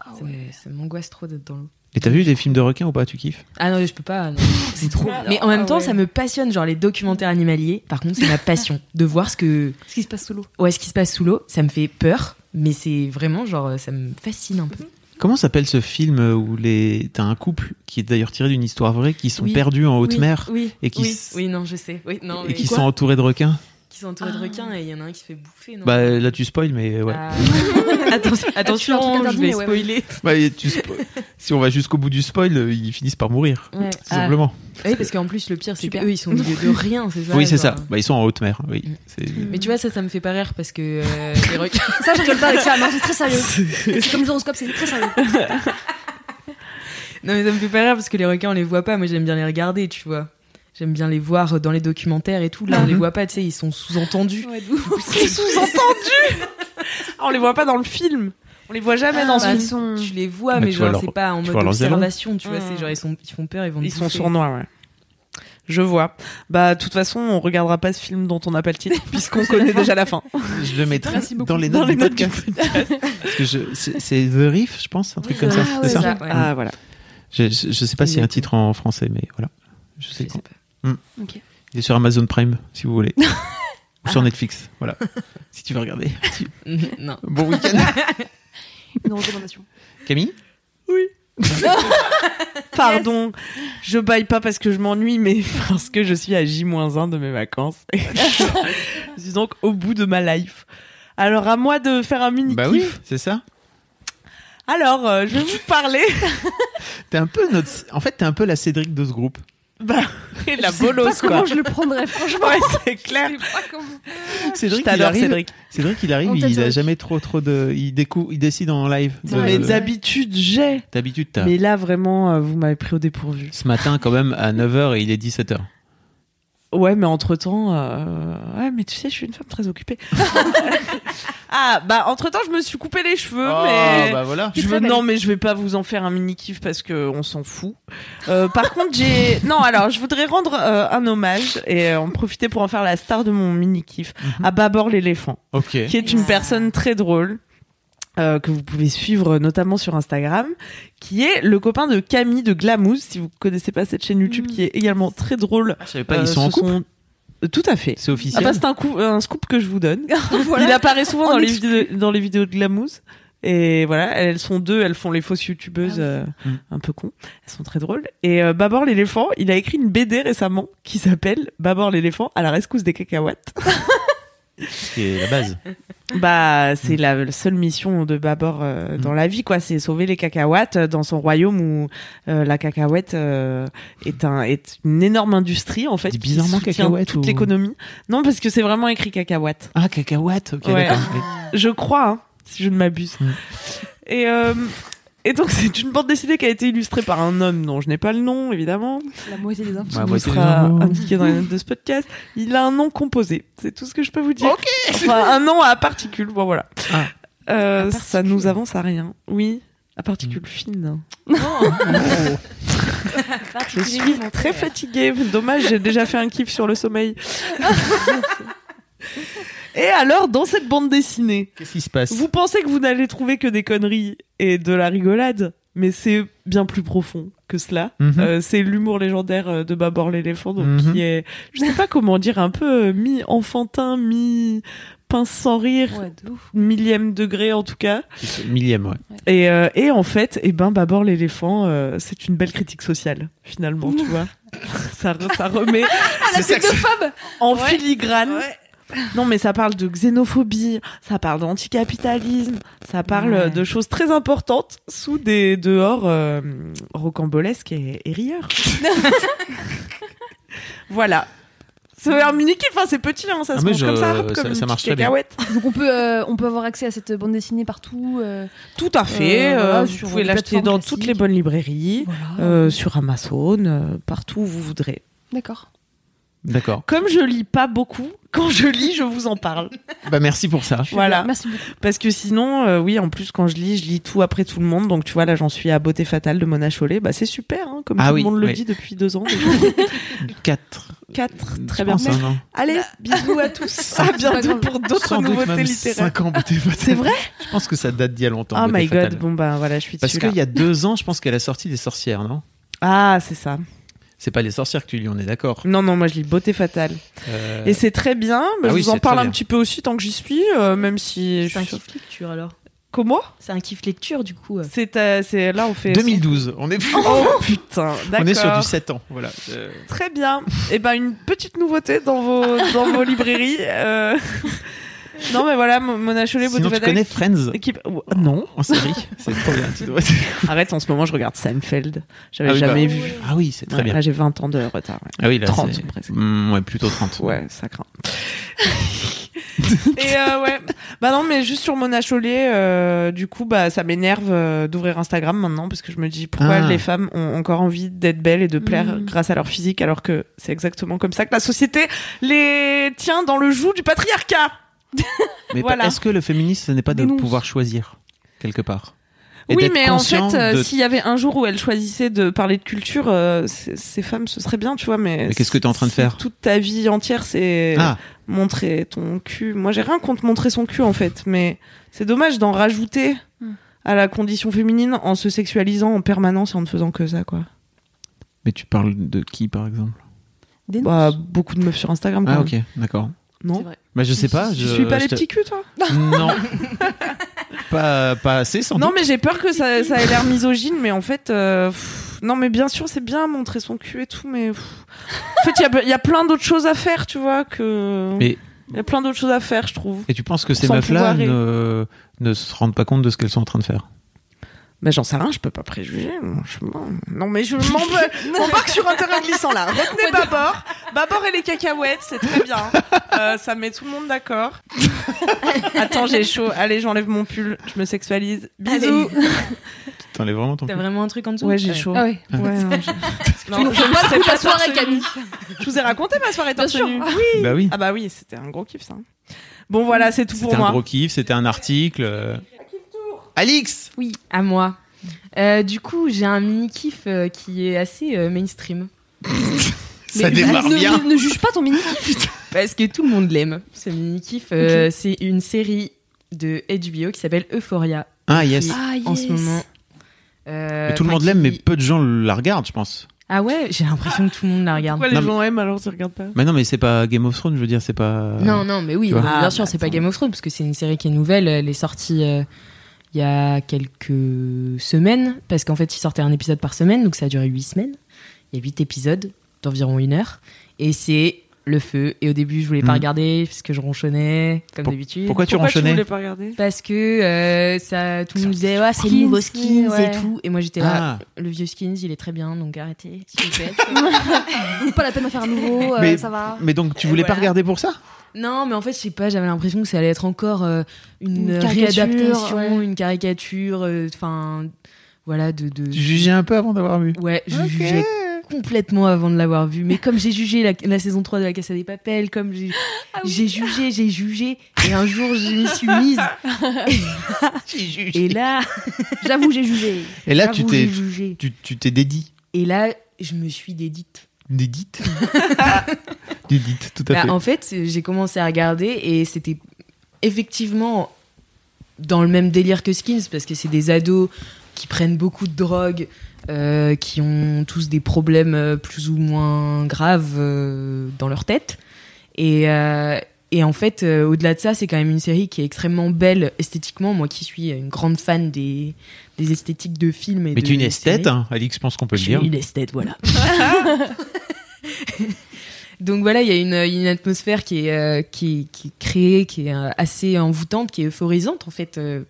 Ah ça ouais. me- ça m'angoisse trop d'être dans l'eau. Et t'as vu des films de requins ou pas Tu kiffes Ah non, je peux pas. non. <laughs> C'est trop. Ah Mais en même temps, ça me passionne, genre les documentaires animaliers. Par contre, c'est ma <laughs> passion de voir ce que, Ce qui se passe sous l'eau. ouais, ce qui se passe sous l'eau. Ça me fait peur, mais c'est vraiment genre, ça me fascine un peu. Comment s'appelle ce film où les t'as un couple qui est d'ailleurs tiré d'une histoire vraie qui sont Oui. perdus en haute Oui, mer Oui. et qui oui. s- oui, non, je sais. Oui, non, mais- et qui Quoi sont entourés de requins Qui sont entourés de requins et il y en a un qui se fait bouffer. Non Bah là tu spoil mais <laughs> euh, ouais. Ah. Attention, attention, je interdit, vais mais ouais, ouais. spoiler. Bah, et tu <laughs> spo- si on va jusqu'au bout du spoil, euh, ils finissent par mourir. Ouais. tout Ah. Simplement. Oui, parce qu'en plus, le pire, c'est Super. qu'eux, ils sont au milieu <laughs> de rien, c'est ça oui, c'est genre ça. Bah, ils sont en haute mer. Oui. Mm. C'est- Mais tu vois, ça, ça me fait pas rire parce que euh, les requins. Ça, je rigole pas avec ça. Non, c'est <laughs> très sérieux. C'est comme les horoscopes, c'est très sérieux. <laughs> Non, mais ça me fait pas rire parce que les requins, on les voit pas. Moi, j'aime bien les regarder, tu vois. J'aime bien les voir dans les documentaires et tout. Là, on les voit pas, tu sais, ils sont sous-entendus. Ah, C'est sous-entendu Ah, On les voit pas dans le film. On les voit jamais dans ce bah, film. Ils sont. Tu les vois, Mais mais tu vois genre, leur- c'est pas en tu mode vois leurs élans. observation, tu vois. Mm. C'est genre, ils, sont, ils font peur, Mhm. ils vont te Ils sont bouffer. sournois, ouais. Je vois. Bah, de toute façon, on regardera pas ce film dont on n'a pas le <laughs> titre, puisqu'on connaît déjà la fin. Je le mettrai Merci beaucoup. dans les notes, Dans les du notes du podcast. <laughs> Parce que je- c'est c'est The Reef, je pense, un truc comme ça. Ah c'est ouais, ça <laughs> ok. ouais. Ah, voilà. je, je- je sais pas s'il y a un titre en français, mais voilà. Je sais Je quand. sais pas. Ok. Il est sur Amazon Prime, si vous voulez. Ou sur Netflix, voilà. Si tu veux regarder. <laughs> non. Bon week-end. Une recommandation. Camille <laughs> Pardon, je baille pas parce que je m'ennuie, mais <laughs> parce que je suis à J-1 de mes vacances. <laughs> Et je suis donc au bout de ma life. Alors, à moi de faire un mini Bah oui, kiff. c'est ça. Alors, euh, je vais vous <laughs> parler T'es un peu notre. En fait, t'es un peu la Cédric de ce groupe. bah, de la Pas bolosse, quoi. comment je le prendrais, franchement. Ouais, c'est clair. Je sais pas comment. <laughs> Cédric, Je il t'adore, arrive. Cédric. Cédric, il arrive, On il a t'adore. jamais trop, trop de. Il découvre, il décide en live. C'est de- vrai. Mais Euh, d'habitude, j'ai. D'habitude, t'as. Mais là, vraiment, euh, vous m'avez pris au dépourvu. Ce matin, quand même, à 9h et il est 17h. Ouais, mais entre-temps... euh, Ouais, mais tu sais, je suis une femme très occupée. <laughs> ah, bah, entre-temps, je me suis coupé les cheveux, mais... bah voilà. Je veux- non, mais je vais pas vous en faire un mini kiff parce que on s'en fout. Euh, par <laughs> contre, j'ai non. Alors, je voudrais rendre euh, un hommage et euh, en profiter pour en faire la star de mon mini kiff à Babor l'éléphant, Mhm. Ok. qui est une personne très drôle. euh, que vous pouvez suivre euh, notamment sur Instagram, qui est le copain de Camille de Glamouze, si vous connaissez pas cette chaîne YouTube, qui est également très drôle. Ah, Je savais pas, Euh, Mm. bah, ils sont en ce couple. Euh, Tout à fait. C'est Ah officiel. bah c'est un, coup, un scoop que je vous donne. Voilà. Il apparaît souvent dans En les, vidéos, dans les vidéos de Glamouze. Et voilà, elles sont deux, elles font les fausses youtubeuses Ah euh, Mm. un peu cons. Elles sont très drôles. Et euh, Babor l'éléphant, il a écrit une BD récemment qui s'appelle Babor l'éléphant à la rescousse des cacahuètes. C'est la <laughs> base. bah, c'est la seule mission de Babor Mm. euh, dans la vie, quoi. C'est sauver les cacahuètes euh, dans son royaume où euh, la cacahuète euh, est, un, est une énorme industrie, en fait. Dis qui bizarrement soutient cacahuète toute ou- l'économie. Non, parce que c'est vraiment écrit cacahuète. Ah, cacahuète. Ok, Ouais. d'accord. <laughs> Je crois, hein, si je ne m'abuse. Mm. Et, euh, et donc, c'est une bande dessinée qui a été illustrée par un homme dont je n'ai pas le nom, évidemment. La moitié des infos. Bah, qui vous voici les sera infos. indiqué dans les notes de ce podcast. Il a un nom composé. C'est tout ce que je peux vous dire. Enfin, un nom à particules. Bon, voilà. Ah. Euh, ça nous avance à rien. Oui, Mm. à particules fines. Je suis très fatiguée. Dommage, j'ai déjà fait un kiff sur le sommeil. Et alors, dans cette bande dessinée, Qu'est-ce qui se passe vous pensez que vous n'allez trouver que des conneries et de la rigolade mais c'est bien plus profond que cela. Mhm. Euh, c'est l'humour légendaire euh, de Babor l'éléphant, donc Mhm. qui est, je sais pas comment dire, un peu euh, mi-enfantin, mi-pince sans rire, Ouais, de ouf. millième degré en tout cas. Millième, ouais. Et, euh, et en fait, eh ben, Babor l'éléphant, euh, c'est une belle critique sociale, finalement, tu vois. Ça, re- ça remet C'est ça que c'est- en filigrane. Non, mais ça parle de xénophobie, ça parle d'anticapitalisme, ça parle euh, Ouais. de choses très importantes sous des dehors euh, rocambolesques et, et <laughs> rieurs. voilà. C'est un mini kiff, enfin c'est petit, hein, ça Ah, se mais mange je- comme ça, ça- comme une ça marche très petite bien. cacahuète. Donc on peut, euh, on peut avoir accès à cette bande dessinée partout. euh, Tout à fait. Euh, euh, voilà, vous sur pouvez les l'acheter plateformes dans toutes classiques. Ah. les bonnes librairies, voilà. euh, sur Amazon, euh, partout où vous voudrez. D'accord. D'accord. Comme je lis pas beaucoup, quand je lis, je vous en parle. Bah, merci pour ça. voilà. Merci beaucoup. Parce que sinon, euh, oui, en plus, quand je lis, je lis tout après tout le monde. Donc, tu vois, là, j'en suis à Beauté Fatale de Mona Chollet. Bah, c'est super, hein, comme Ah tout oui, le monde le oui. dit depuis <laughs> deux ans. déjà. Quatre. Quatre, Je très bien. pense, hein, non Allez, bisous <laughs> à tous. à bientôt pour d'autres Sans doute nouveautés même littéraires. cinq ans, Beauté Fatale. C'est vrai Je pense que ça date d'il y a longtemps. Oh Beauté my Fatale. god, bon, bah voilà, je suis Parce dessus. là. qu'il y a deux ans, je pense qu'elle a sorti des sorcières, non Ah, c'est ça. C'est pas les sorcières que tu lis, on est d'accord. Non, non, moi, je lis Beauté Fatale. Euh, Mm. Et c'est très bien. mais Ah je oui, vous en c'est parle très un bien. petit peu aussi tant que j'y suis, euh, même si. C'est un je suis- kiff lecture alors. Comment C'est un kiff lecture du coup. euh. C'est euh, c'est- là, on fait. 2012, on est, Oh putain, <laughs> d'accord. on est sur du 7 ans. Voilà. Euh, Très bien. Et ben une petite nouveauté dans vos dans vos librairies. euh. Non mais voilà, Mo- Mona Chollet, Sinon, tu Bottevada- connais Friends qui- Ou- Non. en <laughs> série C'est trop bien. tu dois- Oh, <laughs> Arrête, en ce moment je regarde Seinfeld. J'avais Ah oui, jamais bah. vu. Ah oui, c'est très Ouais, bien. Là j'ai 20 ans de retard. ouais. Ah oui, là, 30 c'est- presque. Mm, ouais, plutôt 30. Ouais, ça craint. <laughs> Et euh, ouais. Bah non, mais juste sur Mona Chollet, euh, du coup, bah ça m'énerve euh, d'ouvrir Instagram maintenant parce que je me dis pourquoi Ah. les femmes ont encore envie d'être belles et de plaire Mm. grâce à leur physique alors que c'est exactement comme ça que la société les tient dans le joug du patriarcat. Mais Voilà. pas- est-ce que le féminisme, ce n'est pas de Dénonce. pouvoir choisir quelque part Et Oui, d'être mais en conscient fait, euh, de- s'il y avait un jour où elles choisissaient de parler de culture, euh, c- ces femmes, ce serait bien, tu vois. Mais, Mais qu'est-ce que t'es en train de si faire Toute ta vie entière, c'est Ah, montrer ton cul. Moi, j'ai rien contre montrer son cul, en fait, mais c'est dommage d'en rajouter Hmm. à la condition féminine en se sexualisant en permanence et en ne faisant que ça, quoi. mais tu parles de qui par exemple Dénonce. Bah, beaucoup de meufs sur Instagram, quand Ah, même. ok, d'accord. Non. C'est vrai. Bah, je sais pas. Tu je suis pas je les te- petits culs, toi Non. <laughs> pas, pas assez, sans Non, doute. mais j'ai peur que ça, ça ait l'air misogyne, mais en fait, euh, pff, non, mais bien sûr, c'est bien montrer son cul et tout, mais pff. en fait, il y a- il y, a plein d'autres choses à faire, tu vois, que. Mais- Il y a plein d'autres choses à faire, je trouve. Et tu penses que ces Sans meufs-là pouvoir et- ne, ne se rendent pas compte de ce qu'elles sont en train de faire Mais j'en sais rien, je peux pas préjuger, franchement. Non, mais <laughs> je m'en veux. M'embarque sur un terrain glissant, là. Retenez Babor. Babor et les cacahuètes, c'est très bien. Euh, ça met tout le monde d'accord. <laughs> Attends, j'ai chaud. Allez, j'enlève mon pull. Je me sexualise. Bisous. T'enlèves vraiment ton T'as vraiment un truc en dessous Ouais, j'ai chaud. Ah ouais. Ouais, non, j'ai- Ah Non, je ne sais pas torse nu. Camille. Je vous ai raconté ma soirée torse sûr. nu. Bah oui. Ah bah oui, c'était un gros kiff ça. Bon voilà, c'est tout C'était pour un moi. gros kiff, c'était un article. euh. Alix Oui, à moi. Euh, du coup, j'ai un mini kiff euh, qui est assez euh, mainstream Ça Mais- démarre ne, bien. Ne, ne juge pas ton mini. parce que tout le monde l'aime. Ce mini kiff, euh, c'est une série de HBO qui s'appelle Euphoria Ah yes. qui, Ah, en yes. ce moment. euh, Mais tout le enfin, monde l'aime, mais qui- peu de gens la regardent, je pense. Ah ouais, j'ai l'impression que tout le monde la regarde. Ah, Pourquoi les Non, mais- gens aiment alors tu regardes pas Mais non, mais c'est pas Game of Thrones, je veux dire, c'est pas. Non, non, mais oui, euh, tu vois. bien Ah, sûr, bah, c'est pas attends. Game of Thrones, parce que c'est une série qui est nouvelle. Elle est sortie euh, il y a quelques semaines, parce qu'en fait, ils sortaient un épisode par semaine, donc ça a duré 8 semaines. Il y a 8 épisodes d'environ une heure. Et c'est le feu. Et au début, je voulais pas Mm. regarder, parce que je ronchonnais, comme Pour- d'habitude. Pourquoi tu Pourquoi tu voulais renchaînais pas regarder parce que euh, ça, tout le monde disait, ouais, c'est le Skins, nouveau skins ouais. et tout. Et moi j'étais là, Ah, le vieux skins, il est très bien, donc arrêtez. s'il vous plaît. Pas la peine d'en faire un nouveau. euh, Mais- <laughs> ça va. mais donc tu voulais Voilà. pas regarder pour ça <laughs> Non, mais en fait, je sais pas, j'avais l'impression que ça allait être encore euh, une, Une euh, caricature, réadaptation, ouais. une caricature, euh, enfin, voilà, de. de... Tu jugeais un peu avant d'avoir vu. Ouais, je Ok. jugeais complètement avant de l'avoir vu. Mais comme j'ai jugé la, la saison 3 de La Casa des Papels, comme j'ai j'ai jugé, j'ai jugé, et un jour, je m'y suis <laughs> mise. Et là, J'avoue, j'ai jugé. Et là, tu j'avoue, t'es, j'ai jugé. tu, tu t'es dédit, Et là, je me suis dédite. <laughs> dédite, dédite, tout à Bah, fait. en fait, euh, j'ai commencé à regarder et c'était effectivement dans le même délire que Skins parce que c'est des ados qui prennent beaucoup de drogue, euh, qui ont tous des problèmes euh, plus ou moins graves euh, dans leur tête. Et, euh, et en fait, euh, au-delà de ça, c'est quand même une série qui est extrêmement belle esthétiquement. Moi qui suis une grande fan des, des esthétiques de films. Et Mais de tu es une esthète, séries. hein, Alix, je pense qu'on peut le Je suis dire. une esthète, voilà. <laughs> Donc voilà, il y a une, une atmosphère qui est, euh, qui, qui est créée, qui est euh, assez envoûtante, qui est euphorisante en fait. euh.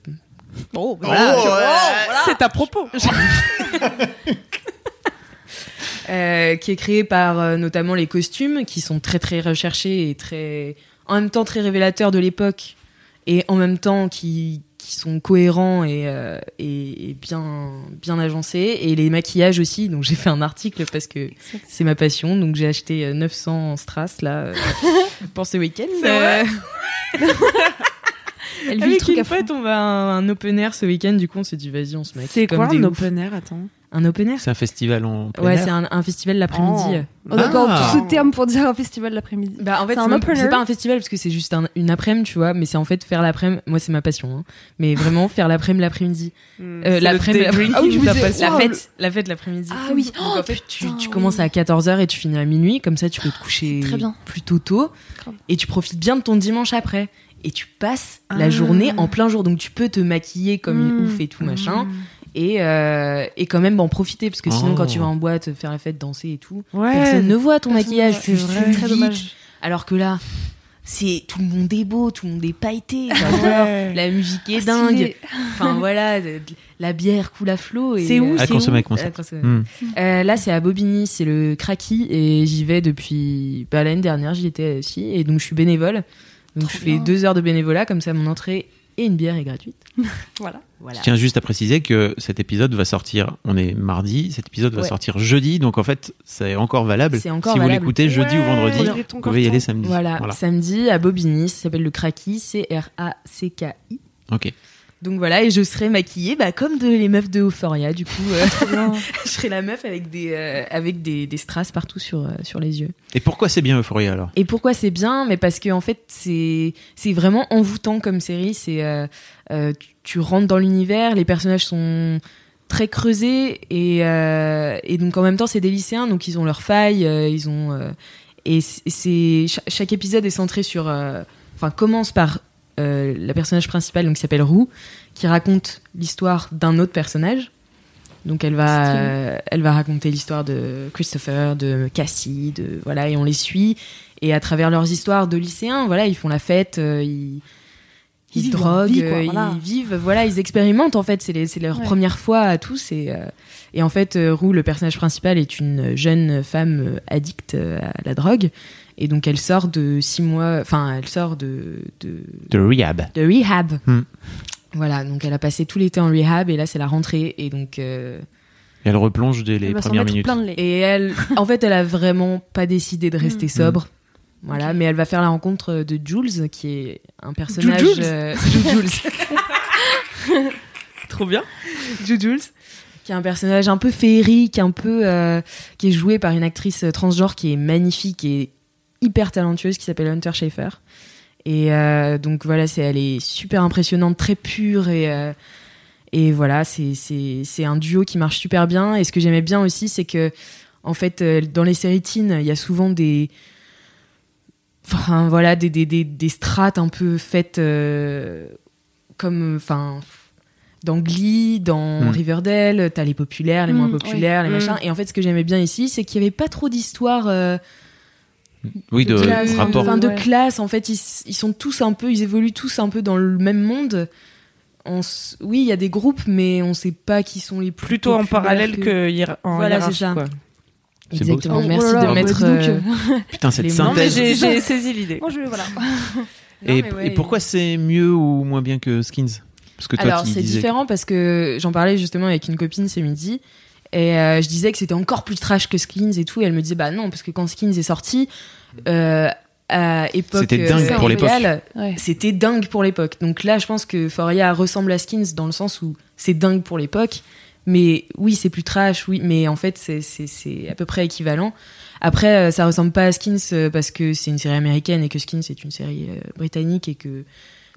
Voilà, je- oh, voilà. C'est à propos. Euh, qui est créé par euh, notamment les costumes qui sont très très recherchés et très en même temps très révélateurs de l'époque et en même temps qui, qui sont cohérents et, euh, et, et bien bien agencés et les maquillages aussi donc j'ai fait un article parce que c'est ma passion donc j'ai acheté euh, 900 strass là <laughs> euh, pour ce week-end Euh, C'est vrai <laughs> Elle vit le Avec truc une à fond. pote, on va à un, un open air ce week-end, du coup on s'est dit vas-y on se met. C'est quoi un open air Attends. Un open air C'est un festival en plein Ouais, air. c'est un, un festival l'après-midi. Oh. Oh, d'accord, Ah. tout ce terme pour dire un <laughs> festival l'après-midi. Bah en fait C'est un c'est même- open c'est air. pas un festival parce que c'est juste un- une après-midi tu vois, mais c'est en fait faire l'après-midi. Moi c'est ma passion, hein. <laughs> mais vraiment faire l'après-midi l'après-midi. Euh, l'après-midi- drinking Ah oui, je de me la disais, passion. la fête, la fête l'après-midi. Oh, Ah oui. Donc en fait tu, putain, tu oui. commences à 14h et tu finis à minuit, comme ça tu peux te coucher très bien. plutôt tôt Grave. et tu profites bien de ton dimanche après. Et tu passes la Ah. journée en plein jour, donc tu peux te maquiller comme une Mm. ouf et tout machin. hein et, euh, et quand même en profiter parce que sinon Oh. quand tu vas en boîte faire la fête danser et tout Ouais. personne ne voit ton Personne maquillage ne voit. tu C'est fuis vrai. Très vite. dommage. alors que là c'est tout le monde est beau tout le monde est pailleté j'adore. <laughs> Ouais. la musique est Ah, dingue stylé. <laughs> enfin voilà de- de- la bière coule à flot et euh, C'est où, À c'est consommer, à à consommer. consommer. Hmm. Euh, là, c'est à Bobigny, c'est le Kraki, et j'y vais depuis bah, l'année dernière, j'y étais aussi, et donc je suis bénévole. Donc je fais bien. deux heures de bénévolat, comme ça mon entrée et une bière est gratuite. Voilà. voilà. Je tiens juste à préciser que cet épisode va sortir, on est mardi, cet épisode va Ouais. sortir jeudi, donc en fait, c'est encore valable. C'est encore si vous valable. l'écoutez jeudi ou Ouais, vendredi, il est vous encore pouvez y temps. aller samedi. Voilà, samedi à Bobigny, ça s'appelle le Kraki, C-R-A-C-K-I. Ok. Donc voilà, et je serai maquillée bah, comme de, les meufs de Euphoria, du coup. euh, <laughs> je serai la meuf avec des, euh, avec des, des strass partout sur, euh, sur les yeux. Et pourquoi c'est bien Euphoria alors Et pourquoi c'est bien Mais parce que en fait, c'est c'est vraiment envoûtant comme série. C'est euh, euh, tu, tu rentres dans l'univers, les personnages sont très creusés et, euh, et donc en même temps c'est des lycéens, donc ils ont leurs failles, euh, ils ont euh, et c'est- c'est cha- chaque épisode est centré sur, euh, enfin commence par euh, la personnage principale donc qui s'appelle Roux, qui raconte l'histoire d'un autre personnage. Donc elle va, Stylé. euh, elle va raconter l'histoire de Christopher, de Cassie, de voilà et on les suit et à travers leurs histoires de lycéens, voilà ils font la fête, euh, ils ils, Ils se vivent leur droguent, vie, quoi, euh, voilà. ils vivent, voilà ils expérimentent en fait, c'est les- c'est leur Ouais. première fois à tous et euh, et en fait, euh, Roux, le personnage principal, est une jeune femme euh, addicte euh, à la drogue. Et donc, elle sort de six mois. Enfin, elle sort de, de, De Rehab. de rehab. Hmm. Voilà, donc elle a passé tout l'été en rehab et là, c'est la rentrée. Et donc, euh, Et elle replonge dès les Elle va s'en premières mettre minutes. plein de lait. et elle, en fait, elle a vraiment pas décidé de rester Hmm. sobre. Voilà, mais elle va faire la rencontre euh, de Jules, qui est un personnage. Jules euh, Jules. Trop bien. Jujules, <laughs> qui est un personnage un peu féerique, un peu euh, qui est joué par une actrice transgenre qui est magnifique et hyper talentueuse qui s'appelle Hunter Schaefer. Et euh, donc voilà, c'est elle est super impressionnante, très pure et euh, et voilà, c'est c'est c'est un duo qui marche super bien. Et ce que j'aimais bien aussi, c'est que en fait, euh, dans les séries teen, il y a souvent des enfin voilà des des des, des strates un peu faites euh, comme enfin dans Glee, dans Mm. Riverdale, t'as les populaires, les moins Mm, populaires, les Mm. machins. Et en fait, ce que j'aimais bien ici, c'est qu'il y avait pas trop d'histoires euh, Oui, de, De classe, rapport. enfin, de Ouais. classe. En fait, ils, s- ils sont tous un peu, ils évoluent tous un peu dans le même monde. On s- oui, il y a des groupes, mais on sait pas qui sont les plus Plutôt en populaires parallèle que hier- en Voilà, hiérarchie, c'est ça. quoi. C'est beau, Exactement. ça. Merci Oh là là, de bah, mettre. dis donc, <laughs> euh, Putain, cette les mains. Non, mais synthèse. j'ai j'ai saisi l'idée. Moi, je voilà. Non, et, mais et ouais, pourquoi c'est mieux ou moins bien que Skins Parce que toi Alors, qui c'est disais. différent parce que j'en parlais justement avec une copine ce midi. Et euh, je disais que c'était encore plus trash que Skins et tout. Et elle me disait, bah non, parce que quand Skins est sorti, euh, à époque. euh, C'était dingue pour l'époque. légale, Ouais. C'était dingue pour l'époque. Donc là, je pense que Foria ressemble à Skins dans le sens où c'est dingue pour l'époque. Mais oui, c'est plus trash, oui, mais en fait, c'est- c'est c'est à peu près équivalent. Après, euh, ça ressemble pas à Skins euh, parce que c'est une série américaine et que Skins est une série euh, britannique et que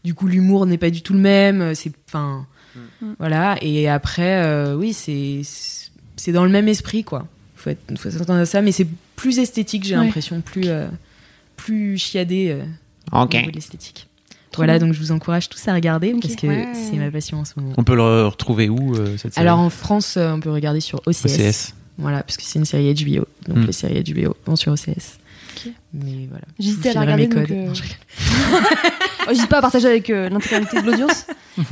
Du coup, l'humour n'est pas du tout le même. euh, C'est, enfin, Mm. voilà. Et après, euh, oui, c'est c'est dans le même esprit, quoi. Faut être- faut s'attendre à ça, mais c'est plus esthétique, j'ai Ouais. l'impression, plus euh, plus chiadé euh, Ok. au niveau de l'esthétique. Voilà, donc je vous encourage tous à regarder parce que Ouais. c'est ma passion en ce moment. On peut le retrouver où euh, cette série Alors en France, euh, on peut regarder sur OCS. OCS. Voilà, parce que c'est une série HBO. Donc Hmm. les séries HBO vont sur OCS. Ok. Mais voilà. J'hésitais à Je la vous regarder. filerai mes Donc, codes. euh, Non, je rigole. oh, J'hésite pas à partager avec euh, l'intégralité de l'audience.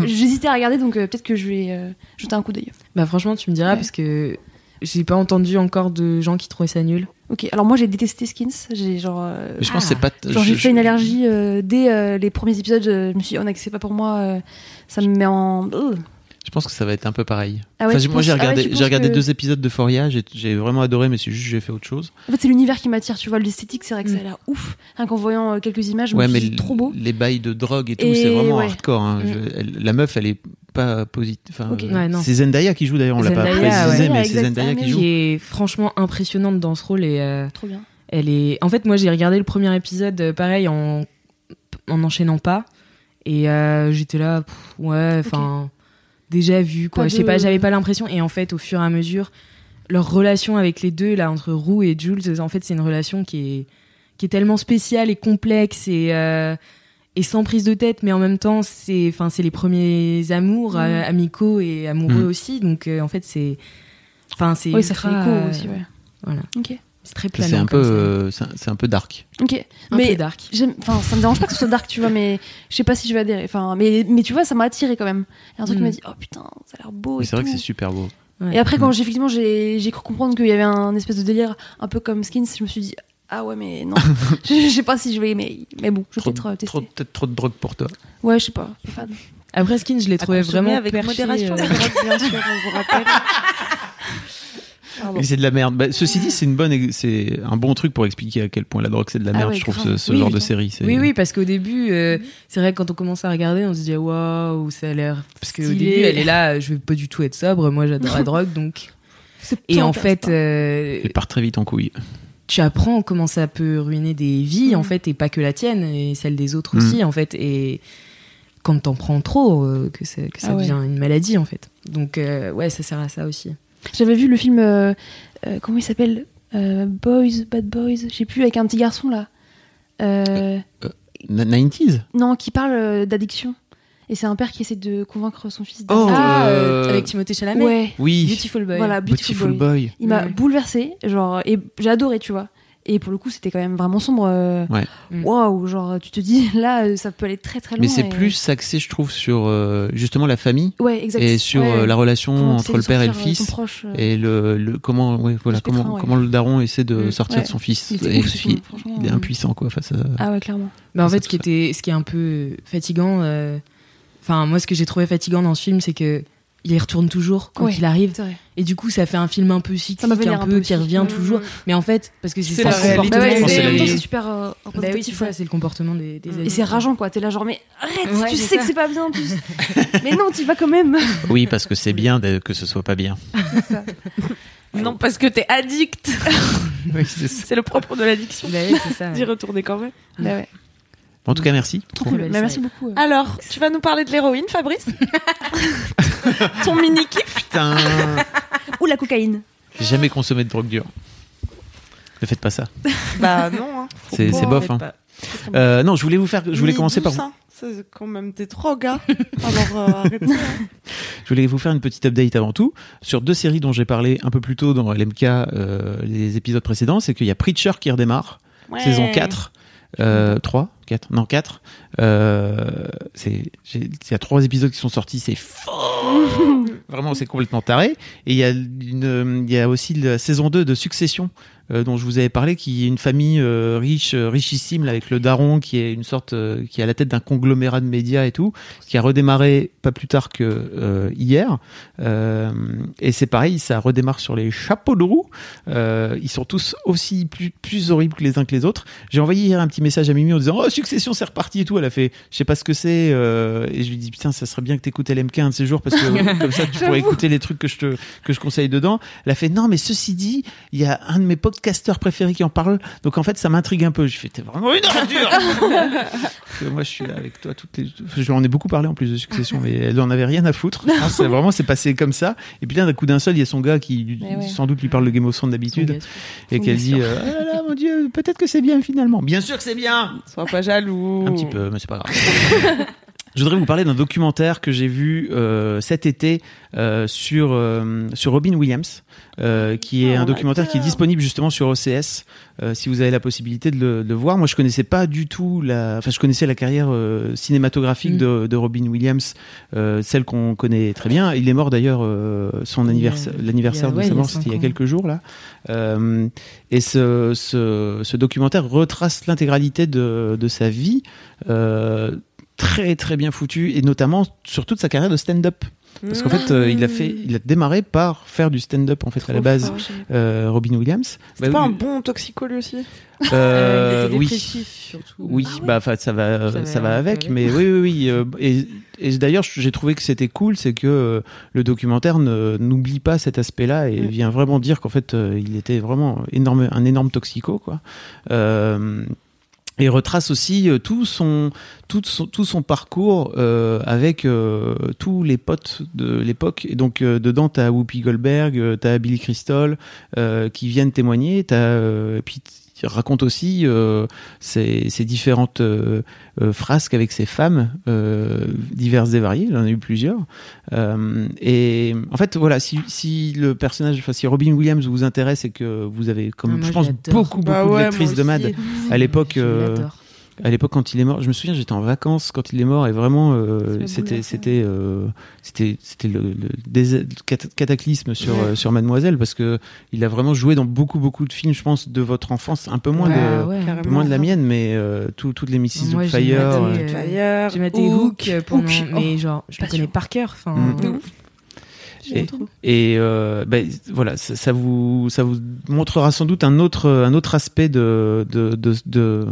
J'hésitais à regarder, donc euh, peut-être que je vais euh, jeter un coup d'œil. Bah franchement, tu me diras Ouais. parce que j'ai pas entendu encore de gens qui trouvaient ça nul. Ok, alors moi j'ai détesté Skins. J'ai genre. euh, Mais je pense que c'est Ah. pas. t- Genre je- j'ai fait une je- allergie euh, dès euh, les premiers épisodes. euh, Je me suis dit, oh, non, que c'est pas pour moi. euh, ça me met en. Ugh. Je pense que ça va être un peu pareil. Ah ouais, Enfin, tu j'ai- moi, penses- j'ai ah ouais, regardé, tu penses j'ai regardé que- deux épisodes de Foria. J'ai, j'ai vraiment adoré, mais c'est juste que j'ai fait autre chose. En fait, c'est l'univers qui m'attire, tu vois. L'esthétique, c'est vrai que ça a l'air ouf. Rien qu'en voyant euh, quelques images, je me Mm. ouais, suis mais dit, l- trop beau. les bails de drogue et tout, Et c'est vraiment ouais. hardcore. hein. Mm. Je- elle- la meuf, elle est pas positive. Enfin, Ok. euh, Ouais, non. c'est Zendaya qui joue d'ailleurs. On l'a pas Zendaya, précisé, ouais. mais c'est Exact. Zendaya Ah, qui mais joue. Qui est franchement impressionnante dans ce rôle et euh, Trop bien. elle est. En fait, moi, j'ai regardé le premier épisode, euh, pareil, en en enchaînant pas, et euh, j'étais là, pff, ouais, enfin, déjà vu quoi. Pas Je sais de- pas, j'avais pas l'impression. Et en fait, au fur et à mesure, leur relation avec les deux là, entre Roux et Jules, en fait, c'est une relation qui est qui est tellement spéciale et complexe et euh, et sans prise de tête, mais en même temps, c'est enfin, c'est les premiers Mm. amours euh, amicaux et amoureux Mm. aussi. Donc, euh, en fait, c'est enfin, c'est Oui, ça fait ultra, écho aussi, euh, ouais. voilà. Ok. C'est très planant. C'est un peu, comme ça. euh, c'est un, c'est un peu dark. Ok. Un mais peu dark. j'aime- enfin, ça me dérange pas que ce soit dark, tu vois, mais je sais pas si je vais adhérer. Enfin, mais, mais tu vois, ça m'a attiré quand même. Il y a un truc qui Mm. m'a dit, oh putain, ça a l'air beau. Mais et c'est vrai que tout. c'est super beau. Ouais. Et après, Mm. quand j'ai effectivement j'ai j'ai cru comprendre qu'il y avait un espèce de délire un peu comme Skins, je me suis dit ah ouais mais <laughs> non, je, je sais pas si je vais aimer, mais bon, je vais Trop- peut-être euh, tester. trop- Peut-être trop de drogue pour toi. Ouais, je sais pas, je suis fan. Après Skin, je l'ai trouvé vraiment avec perché, modération. euh, bien sûr, on vous rappelle. Mais c'est de la merde. Bah, ceci dit, c'est une bonne, ex- c'est un bon truc pour expliquer à quel point la drogue c'est de la Ah merde. ouais, je trouve grave. ce, ce Oui, genre de putain. série. c'est- Oui, oui, parce qu'au début, euh, c'est vrai que quand on commence à regarder, on se dit waouh, ça a l'air. Parce qu'au Stylé. début, elle est là, euh, je vais pas du tout être sobre, moi j'adore la drogue donc. C'est Et pas en intéressant. fait, euh, Elle part très vite en couille. tu apprends comment ça peut ruiner des vies Mm. en fait, et pas que la tienne, et celle des autres Mm. aussi en fait. Et quand t'en prends trop, euh, que, ça- que ça Ah ouais. devient une maladie en fait. Donc euh, ouais, ça sert à ça aussi. j'avais vu le film euh, euh, comment il s'appelle Euh, Boys, Bad Boys, je sais plus avec un petit garçon là. Euh, Na- 90s Non, qui parle euh, d'addiction. Et c'est un père qui essaie de convaincre son fils. Oh, d'arrêter. ah, euh, euh, avec Timothée Chalamet, ouais. Oui. Beautiful Boy. Voilà, Beautiful, Boy. Boy. Il m'a Ouais. bouleversé, genre et j'ai adoré, tu vois. Et pour le coup, c'était quand même vraiment sombre. euh, Ouais. Mm. Waouh, genre tu te dis <laughs> là, euh, ça peut aller très très loin. Mais c'est et- plus axé, je trouve, sur euh, justement la famille Ouais, exact. et sur Ouais, euh, la relation comment entre essayer le de père et le sortir, euh, son fils proche, euh, et le, le- comment ouais, voilà spectre, comment ouais. comment le daron essaie de Mm. sortir Ouais. de son fils. Il était Et ouf, ce il- film, franchement. il est impuissant quoi face à. Ah ouais, clairement. Bah, en fait, Concept ce qui, était, ce qui est un peu fatigant, euh, enfin, moi, ce que j'ai trouvé fatigant dans ce film, c'est que il y retourne toujours quand Ouais. il arrive. C'est vrai. Et du coup, ça fait un film un peu cyclique, Ça m'a fait un l'air un peu, peu qui Mm, revient cyclique. toujours. Mais en fait, parce que c'est C'est ça la le réalité. comportement. Bah ouais, Je pense que c'est- c'est en même la temps, vie. c'est super euh, Bah oui, c'est représentatif. ça, ouais. c'est le comportement des, des Et adultes. c'est rageant quoi, t'es là genre mais arrête, Ouais, tu c'est sais ça. que c'est pas bien, tu- <laughs> mais non, tu vas quand même. <laughs> Oui, parce que c'est bien de- que ce soit pas bien. Non, parce que t'es addict. Oui, c'est ça. <laughs> C'est le propre de l'addiction. Bah ouais, c'est ça. D'y retourner quand même. Bah ouais, En tout cas, merci. <laughs> trop Trop cool. belle Bah, merci série. beaucoup. euh. Alors, tu vas nous parler de l'héroïne, Fabrice Ton mini kiff Putain, Ou la cocaïne. j'ai jamais consommé de drogue dure. Ne faites pas ça. Bah non. hein. Faut C'est- pas, c'est bof, en hein. fait, pas. Euh, non, je voulais vous faire, je voulais Ni commencer par douce, vous. hein. C'est quand même des trois <laughs> gars. Alors euh, arrêtez. Je voulais vous faire une petite update avant tout sur deux séries dont j'ai parlé un peu plus tôt dans LMK euh, les épisodes précédents. C'est qu'il y a Preacher qui redémarre, saison 4. euh, 3 4 Non, 4. Euh, c'est- j'ai- il y a trois épisodes qui sont sortis, c'est fort Vraiment, c'est complètement taré. Et il y, a une, euh, il y a aussi la saison 2 de Succession, euh, dont je vous avais parlé, qui est une famille euh, riche, euh, richissime, là, avec le daron, qui est une sorte, euh, qui est à la tête d'un conglomérat de médias et tout, qui a redémarré pas plus tard que euh, hier. Euh, et c'est pareil, ça redémarre sur les chapeaux de roue. Euh, ils sont tous aussi plus, plus horribles que les uns que les autres. J'ai envoyé hier un petit message à Mimi en disant Oh, Succession, c'est reparti et tout. Elle a fait Je sais pas ce que c'est. euh, et je lui dis Putain, ça serait bien que t'écoutes LMK un de ces jours parce que comme ça, tu pourrais écouter les trucs que je te que je conseille dedans. Elle a fait Non, mais ceci dit, il y a un de mes po- podcasteur préféré qui en parle. Donc en fait, ça m'intrigue un peu. Je fais, t'es vraiment une ordure Parce que Moi, je suis là avec toi toutes les. Je leur en ai beaucoup parlé en plus de Succession, mais elle en avait rien à foutre. Hein, c'est vraiment, c'est passé comme ça. Et puis là, d'un coup d'un seul, il y a son gars qui, lui- Mais ouais. sans doute, lui parle de Game of Thrones d'habitude et qu'elle dit, euh, ah là là, mon Dieu, peut-être que c'est bien finalement. Bien sûr que c'est bien. Sois pas jaloux. Un petit peu, mais c'est pas grave. <laughs> Je voudrais vous parler d'un documentaire que j'ai vu euh, cet été euh, sur euh, sur Robin Williams, euh, qui est Oh, un on documentaire qui est disponible justement sur OCS. euh, si vous avez la possibilité de le, de le voir, moi je connaissais pas du tout la, enfin je connaissais la carrière euh, cinématographique Mm. de, de Robin Williams, euh, celle qu'on connaît très bien. Il est mort d'ailleurs euh, son Il y a- anniversaire, l'anniversaire il de sa y a- ouais, il y a mort, c'était il y a cinq ans. quelques jours là. Euh, et ce, ce, ce documentaire retrace l'intégralité de, de sa vie, euh, très très bien foutu, et notamment sur toute sa carrière de stand-up. Parce qu'en fait, euh, il a fait, il a démarré par faire du stand-up en fait à la base. euh, Robin Williams. C'est Bah, pas un oui, bon toxico lui aussi. <laughs> euh, oui. oui. surtout. Oui, bah enfin ça va, euh, Ah Ça ça, va- va avec, avec. mais oui, oui, oui. euh, et et d'ailleurs, j'ai trouvé que c'était cool, c'est que euh, le documentaire ne- n'oublie pas cet aspect-là et vient vraiment dire qu'en fait, euh, il était vraiment énorme, un énorme toxico, quoi. Euh, et retrace aussi euh, tout son tout son tout son parcours euh, avec euh, tous les potes de l'époque et donc euh, dedans t'as Whoopi Goldberg euh, t'as Billy Crystal euh, qui viennent témoigner t'as euh, et puis t- raconte aussi euh, ses, ses différentes euh, euh, frasques avec ses femmes euh, diverses et variées il en a eu plusieurs euh, et en fait voilà si, si le personnage enfin si Robin Williams vous intéresse et que vous avez Ah, comme moi, je je pense l'adore. beaucoup beaucoup Bah ouais, moi d'actrices de Mad à l'époque, euh, à l'époque quand il est mort, je me souviens j'étais en vacances quand il est mort et vraiment euh, C'est hein. bouleversant. c'était c'était euh, c'était c'était le, le dés- cat- cataclysme sur euh, sur Mademoiselle parce que il a vraiment joué dans beaucoup beaucoup de films je pense de votre enfance un peu moins de un peu moins de la mienne mais euh, tout- toutes les Mrs. Moi, j'ai Fire adoré, euh, euh, Fire, J'ai maté Hook euh, pendant, Hook. mais genre, je Oh, le passion. connais par cœur. Enfin, Mm. De ouf. et, et, euh, ben, voilà ça, ça vous ça vous montrera sans doute un autre un autre aspect de de de, de,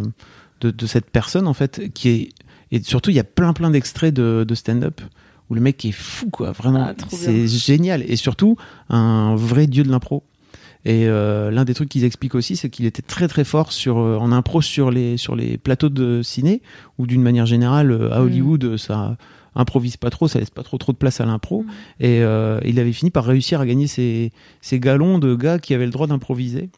de- de cette personne en fait qui est et surtout il y a plein plein d'extraits de, de stand-up où le mec est fou quoi vraiment Ah, trop c'est génial et surtout un vrai dieu de l'impro et euh, l'un des trucs qu'ils expliquent aussi, c'est qu'il était très très fort sur, euh, en impro sur les, sur les plateaux de ciné, ou d'une manière générale, euh, à Hollywood, euh, ça improvise pas trop, ça laisse pas trop trop de place à l'impro. Et euh, il avait fini par réussir à gagner ses, ses galons de gars qui avaient le droit d'improviser.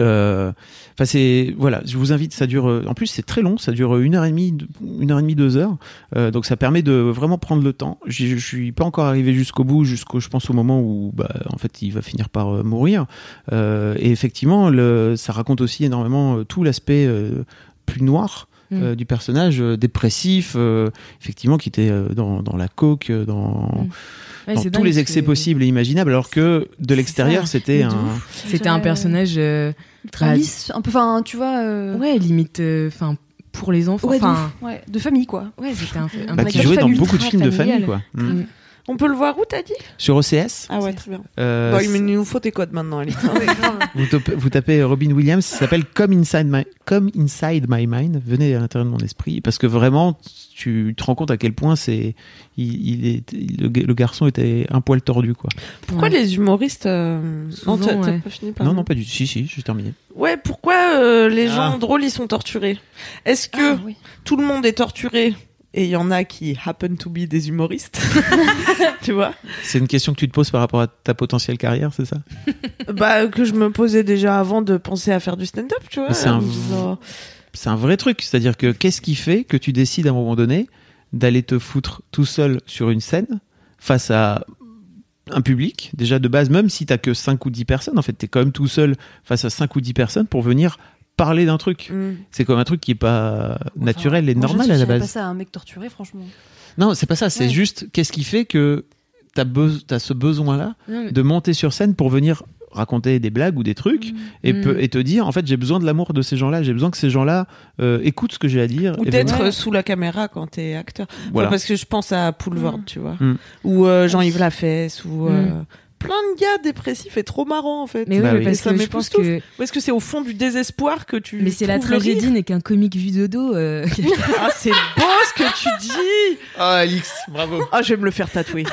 Euh, Enfin, c'est voilà. Je vous invite. Ça dure. euh, En plus, c'est très long. Ça dure une heure et demie, de- une heure et demie, deux heures. Euh, donc, ça permet de vraiment prendre le temps. J'ai- Je suis pas encore arrivé jusqu'au bout, jusqu'au, je pense, au moment où, bah, en fait, il va finir par euh, mourir. Euh, et effectivement, le, ça raconte aussi énormément euh, tout l'aspect euh, plus noir. Mm. euh, du personnage euh, dépressif, euh, effectivement, qui était euh, dans, dans la coke, euh, dans, Mm. dans tous les excès possibles et imaginables, alors que de l'extérieur, c'était Mais de un. C'était un personnage, euh, Ultra Bah, lisse, un peu, enfin, tu vois. euh, ouais, limite, enfin, pour les enfants. ouais, de Enfin, ouf, ouais, de famille, quoi. ouais, c'était un, un Bah, mec qui de jouait dans famille beaucoup de ultra films de famille, familiale. quoi. Mm. Mm. oh, On peut le voir où t'as dit Sur OCS, Ah ouais, très bien. euh, Bon, mais il nous faut tes codes maintenant, Alice. vous, topez- vous tapez euh, Robin Williams, ça s'appelle Come Inside, My, Come Inside My Mind, venez à l'intérieur de mon esprit, parce que vraiment, tu te rends compte à quel point c'est, il, il est, il- le, ga- le garçon était un poil tordu, quoi. Pourquoi Ouais. les humoristes euh, Souvent, non, t'as- t'as ouais. pas fini par Non, non, pas du tout. Si, si, j'ai terminé. Ouais, pourquoi euh, les Ah. gens drôles ils sont torturés Est-ce que Ah, oui. tout le monde est torturé et il y en a qui happen to be <laughs> des humoristes Tu vois C'est une question que tu te poses par rapport à ta potentielle carrière, c'est ça Bah que je me posais déjà avant de penser à faire du stand-up, tu vois. Mais c'est un en me disant, C'est un vrai truc. C'est-à-dire que qu'est-ce qui fait que tu décides à un moment donné d'aller te foutre tout seul sur une scène face à un public Déjà de base, même si t'as que 5 ou 10 personnes, en fait, t'es quand même tout seul face à 5 ou 10 personnes pour venir parler d'un truc. Mm. C'est comme un truc qui est pas naturel et Moi, normal je à la associerais base. pas ça à un mec torturé, franchement. Non, c'est pas ça. C'est Ouais. juste qu'est-ce qui fait que t'as beso- t'as ce besoin-là Non, mais- de monter sur scène pour venir raconter des blagues ou des trucs et, Mm. pe- et te dire en fait j'ai besoin de l'amour de ces gens-là j'ai besoin que ces gens-là euh, écoutent ce que j'ai à dire Ou et d'être venir- euh, sous la caméra quand t'es acteur. Enfin, voilà parce que je pense à Hmm. Poulvord, tu vois. Mm. Ou euh, Jean-Yves Lafesse, ou Mm. euh, plein de gars dépressifs et trop marrants en fait. Mais oui, Hmm. Bah mais oui. parce Ça que je m'époustoufle. pense que. Ou est-ce que c'est au fond du désespoir que tu. Mais c'est la trouves le rire tragédie n'est qu'un comique vu de dos. euh, <laughs> Ah, c'est beau ce que tu dis Ah, Alix, <laughs> bravo. Ah, je vais me le faire tatouer.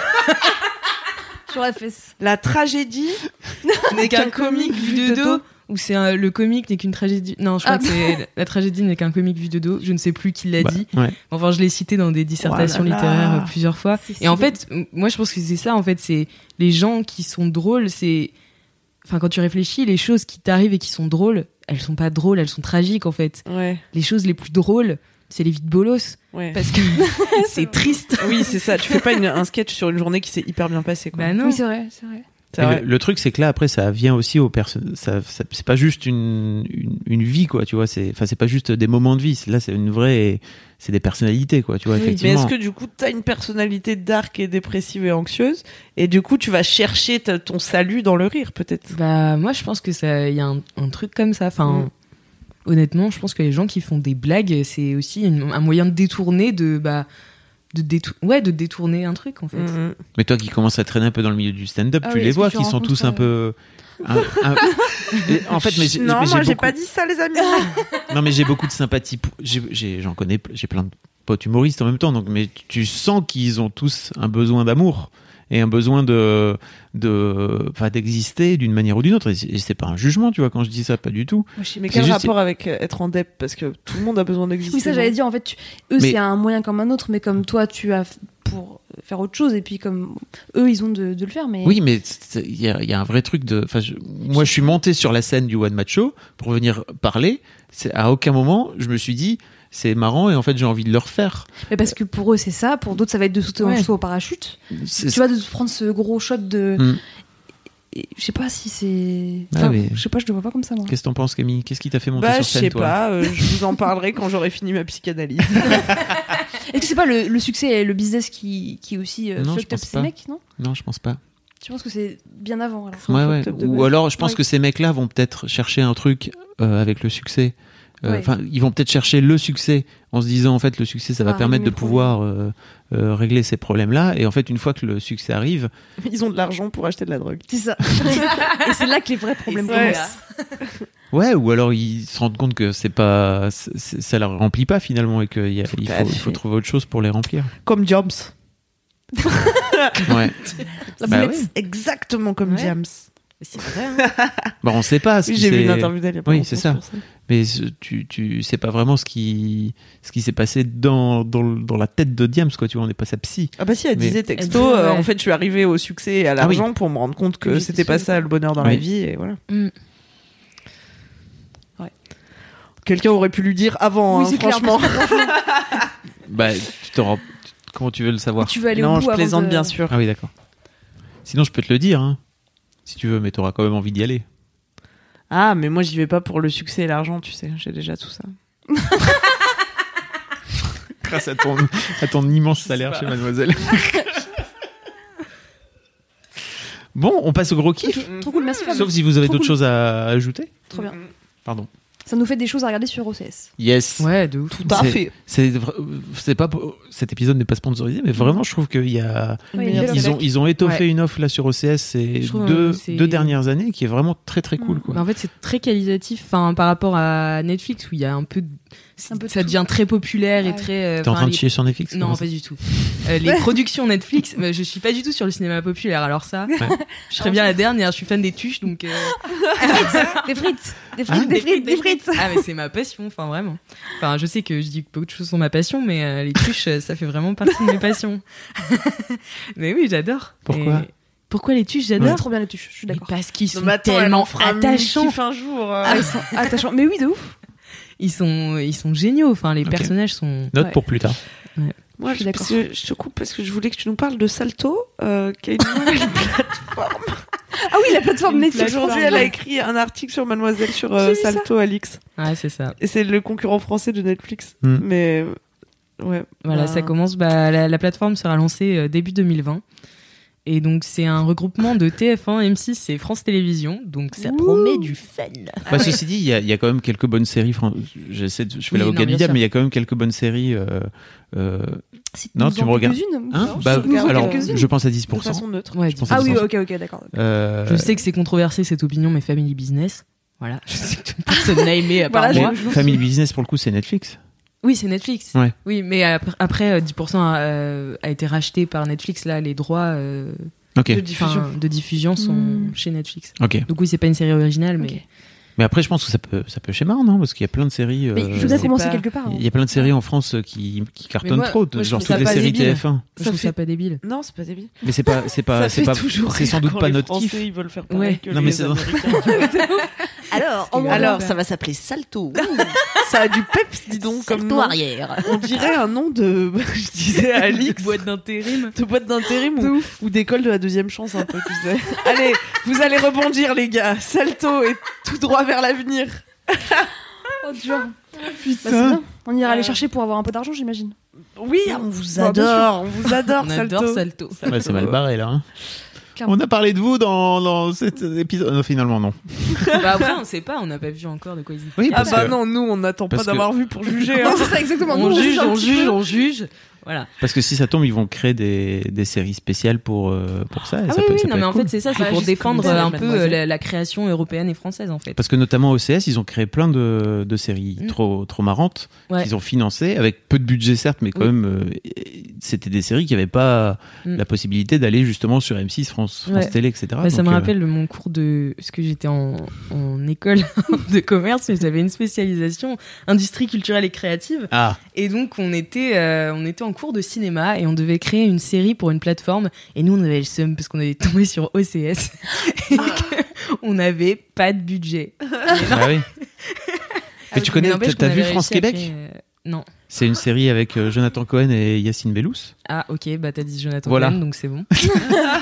Sur la fesse. La tragédie n'est qu'un comique vu de dos. où c'est un- le comique n'est qu'une tragédie. Non, je crois Ah. que c'est la- la tragédie n'est qu'un comique vu de dos. Je ne sais plus qui l'a Bah, dit. ouais. Enfin, je l'ai cité dans des Oh dissertations là là. littéraires euh, plusieurs fois. C'est si Et en bien. fait, m- moi, je pense que c'est ça. En fait, c'est les gens qui sont drôles. C'est, enfin, quand tu réfléchis, les choses qui t'arrivent et qui sont drôles, elles sont pas drôles, elles sont tragiques en fait. Ouais, Les choses les plus drôles, c'est les vies de bolos ouais. <laughs> parce que c'est triste. Oui, c'est ça. Tu fais pas une- un sketch sur une journée qui s'est hyper bien passée, quoi. Bah non. Oui, c'est vrai, c'est vrai. C'est Mais vrai. Le, le truc, c'est que là, après, ça vient aussi aux personnes. Ça, ça- c'est pas juste une, une, une vie, quoi, tu vois. C'est, enfin, c'est pas juste des moments de vie. C'est- Là, c'est une vraie. C'est des personnalités, quoi, tu vois, Oui. Mais effectivement. est-ce que du coup, t'as une personnalité dark et dépressive et anxieuse, et du coup, tu vas chercher ta- ton salut dans le rire, peut-être Bah moi je pense que ça il y a un, un truc comme ça enfin honnêtement je pense que les gens qui font des blagues c'est aussi une- un moyen de détourner de bah de détou- ouais de détourner un truc en fait. Mhm. Mais toi qui commences à traîner un peu dans le milieu du stand-up, Ah tu oui, les est-ce vois que tu qui sont tous un rencontres, peu. un- un- Et en fait, mais j'ai, non, mais moi, j'ai beaucoup- pas dit ça, les amis. Non, mais j'ai beaucoup de sympathie. pour- j'ai- j'ai- J'en connais, j'ai plein de potes humoristes en même temps. Donc, mais tu sens qu'ils ont tous un besoin d'amour et un besoin de, de enfin, d'exister d'une manière ou d'une autre. Et c'est- Et c'est pas un jugement, tu vois, quand je dis ça, pas du tout. Mais C'est quel juste- rapport avec euh, être en dep Parce que tout le monde a besoin d'exister. Oui, ça j'allais dire, en fait, tu- eux Mais- c'est un moyen comme un autre, mais comme toi tu as f- pour faire autre chose, et puis comme eux ils ont de, de le faire, mais. Oui, mais c'est- il y, a- il y a un vrai truc de. Enfin, je- moi, je suis monté sur la scène du One Match Show pour venir parler. C'est- À aucun moment, je me suis dit, c'est marrant et en fait, j'ai envie de le refaire. mais parce que pour eux c'est ça, pour d'autres ça va être de sauter en Ouais. saut au parachute. C'est- Tu vois, de se prendre ce gros shot de. Hmm. Et Je sais pas si c'est. Ah, Enfin, mais- Je sais pas, je le vois pas comme ça moi. Qu'est-ce que t'en penses, Camille Qu'est-ce qui t'a fait monter Bah, je sur scène, sais toi pas, euh, je <laughs> vous en parlerai quand j'aurai fini ma psychanalyse. Est-ce que c'est pas le, le succès et le business qui, qui aussi euh, Non, je fucked up pense ces pas. mecs, non Non, je pense pas. Tu penses que c'est bien avant alors Ouais, ouais. top de Ou base. alors, je pense Ouais. que ces mecs-là vont peut-être chercher un truc euh, avec le succès. Euh, Ouais. Enfin, ils vont peut-être chercher le succès en se disant en fait le succès ça va Ah, va permettre régler de mes pouvoir euh, euh, régler ces problèmes-là et en fait une fois que le succès arrive Ils ont de l'argent pour acheter de la drogue. <laughs> C'est ça. et c'est là que les vrais problèmes Ouais. commencent. ouais ou alors ils se rendent compte que c'est pas c'est- c'est- ça leur remplit pas finalement et qu'il y a- il à faut, il fait. faut trouver autre chose pour les <laughs> remplir Comme James. ouais Bah La ouais. boulette, exactement comme Ouais. James. C'est vrai. hein. bah on sait pas ce Oui, qui j'ai vu s'est- une interview d'elle. il y a pas Oui, longtemps c'est ça. sur mais ce- tu tu sais pas vraiment ce qui ce qui s'est passé dans dans, le- dans la tête de Diams quoi tu vois on n'est pas sa psy Ah bah si, elle Mais- disait texto, Elle disait, euh, ouais. en fait, je suis arrivée au succès et à Ah oui. l'argent pour me rendre compte que Oui, c'était c'est pas sûr. ça le bonheur dans la Oui. vie et voilà. Mm. Ouais. Quelqu'un aurait pu lui dire avant, Oui, hein, c'est clair, franchement. bah tu t'en rends- comment tu veux le <laughs> savoir Tu veux aller au non, bout je avant plaisante de- bien sûr. Ah oui, d'accord. Sinon, je peux te le dire, hein, si tu veux, mais t'auras quand même envie d'y aller. Ah, mais moi, j'y vais pas pour le succès et l'argent, tu sais, j'ai déjà tout ça. <laughs> Grâce à ton, à ton immense salaire chez <laughs> Mademoiselle. bon, on passe au gros kiff. Trop cool, merci Fab. Sauf si vous avez Trop d'autres cool. choses à ajouter. Trop bien. Pardon. Ça nous fait des choses à regarder sur OCS. Yes. Ouais, de ouf. Tout à C'est- fait. C'est vra- c'est pas pour- cet épisode n'est pas sponsorisé, mais vraiment, je trouve qu'il y a Oui, il y a ils ont ils ont étoffé une offre là sur OCS ces Je trouve, deux, euh, c'est- deux dernières années qui est vraiment très très cool quoi. Bah, en fait, c'est très qualitatif enfin par rapport à Netflix où il y a un peu, de- Un peu de ça tout. devient très populaire et Ouais. très euh, T'es en enfin, train de les- chier sur Netflix Non, comment ça pas du tout. Euh, les productions Netflix, bah, je suis pas du tout sur le cinéma populaire. Alors ça, je serais bien la dernière. Je suis fan des tuches, donc. euh, Des frites Des Ah. frites, des frites, des frites Ah mais c'est ma passion, enfin vraiment. Enfin je sais que je dis que beaucoup de choses sont ma passion, mais euh, les tuches, euh, ça fait vraiment partie de mes passions. <laughs> mais oui, j'adore. Pourquoi Et- Pourquoi les tuches, C'est j'adore trop bien les tuches, je suis Mais d'accord. Parce qu'ils sont Non, mais attends, elle en tellement fera un attachants. mini-kiff un jour. euh. Ah, ils sont attachants. Mais oui, de ouf Ils sont, ils sont géniaux. Enfin les Ok. personnages sont. Note Ouais. pour plus tard. Moi, Je suis je, parce d'accord. que je te coupe parce que je voulais que tu nous parles de Salto, euh, qui a une nouvelle plateforme. Ah oui, la plateforme Netflix Aujourd'hui, elle a écrit un article sur Mademoiselle sur euh, J'ai vu ça. Salto Alix. Ouais c'est ça. Et c'est le concurrent français de Netflix. Hmm. Mais euh, ouais. Voilà Bah, ça commence. Bah la, la plateforme sera lancée euh, début 2020. Et donc c'est un regroupement de TF1, M6 et France Télévisions. Donc ça Ouh. promet du fun. Bah, Ceci dit, il y, a- il y a quand même quelques bonnes séries. fran- J'essaie de- je fais Oui, l'avocat non, du bien diable, sûr. mais il y a quand même quelques bonnes séries. euh, euh, Non, tu me regardes. hein je Bah, trouve qu'il y en a alors, quelques-unes. je pense à de 10%. façon neutre. Ouais, Je pense à Ah oui, 10%. ok, ok, d'accord. Euh, Je sais que c'est controversé cette opinion, mais Family Business, voilà, <laughs> je sais que toute personne n'a aimé à part Voilà, moi. je- mais Family Business, pour le coup, c'est Netflix. Oui, c'est Netflix. Ouais. Oui, mais après, après, euh, 10% a, euh, a été racheté par Netflix. Là, les droits euh, Ok, enfin, de diffusion sont Hmm. chez Netflix. ok. Donc oui, c'est pas une série originale, mais Ok. Mais après, je pense que ça peut, ça peut schémar, non Parce qu'il y a plein de séries. Mais euh, il faut bien sais commencer pas. quelque part. hein. il y a plein de séries en France euh, qui, qui cartonnent moi- trop, moi, je genre trouve toutes ça les pas séries débile. TF1. Je trouve ça pas débile. Non, c'est pas débile. Mais c'est pas, c'est pas, ça c'est fait pas, toujours c'est sans rire doute quand pas les notre Français, kiff. Ils veulent faire pareil Ouais. que Non, mais les c'est dans- <laughs> <laughs> Américains. Alors, on alors, rigolo. Alors, ça va s'appeler Salto. <laughs> ça a du peps, dis donc, comme Salto nom. arrière. On dirait un nom de, <laughs> <laughs> je disais à Alix, <laughs> boîte d'intérim. de boîte d'intérim De ou, ou d'école de la deuxième chance un peu, tu sais. <laughs> allez, vous allez rebondir les gars, salto et tout droit vers l'avenir. Oh, dur. Bah, c'est hein. <laughs> bien. On ira les chercher pour avoir un peu d'argent, j'imagine. Oui, on vous Bah, bien adore, on vous adore, <laughs> On salto. adore Salto. Ouais, c'est mal barré là. hein. Clairement. On a parlé de vous dans, dans cet épisode. Non, finalement, non. bah après, on sait pas, on n'a pas vu encore de quoi ils Oui, Ah parce bah que, non, nous on n'attend pas parce que- d'avoir vu pour juger. <laughs> hein. c'est ça, exactement. On juge, on juge, on juge. Voilà. Ah parce que si ça tombe, ils vont créer des, des séries spéciales pour, euh, pour ça. et Ah ça oui, peut- oui, ça non, peut mais être en cool. fait, c'est ça, c'est Ah, pour juste défendre comme ça, un la peu euh, mademoiselle. la, la création européenne et française, en fait. Parce que notamment OCS, ils ont créé plein de, de séries Mm. trop, trop marrantes Ouais. qu'ils ont financées avec peu de budget certes, mais quand Oui. même euh, c'était des séries qui n'avaient pas Mm. la possibilité d'aller justement sur M6, France, France Ouais. Télé, etc. Bah, ça Donc, me euh, rappelle mon cours de. Parce que j'étais en, en école <laughs> de commerce, mais j'avais une spécialisation industrie culturelle et créative. <laughs> Ah, Et donc, on était, euh, on était en cours de cinéma et on devait créer une série pour une plateforme. Et nous, on avait le seum parce qu'on avait tombé sur OCS. <laughs> et que on n'avait pas de budget. ah oui. Mais tu connais, Mais n'empêche t'as qu'on vu avait France réussi à Québec créer, euh, Non. C'est une série avec euh, Jonathan Cohen et Yacine Bellous. Ah, ok, bah t'as dit Jonathan Voilà. Cohen, donc c'est bon.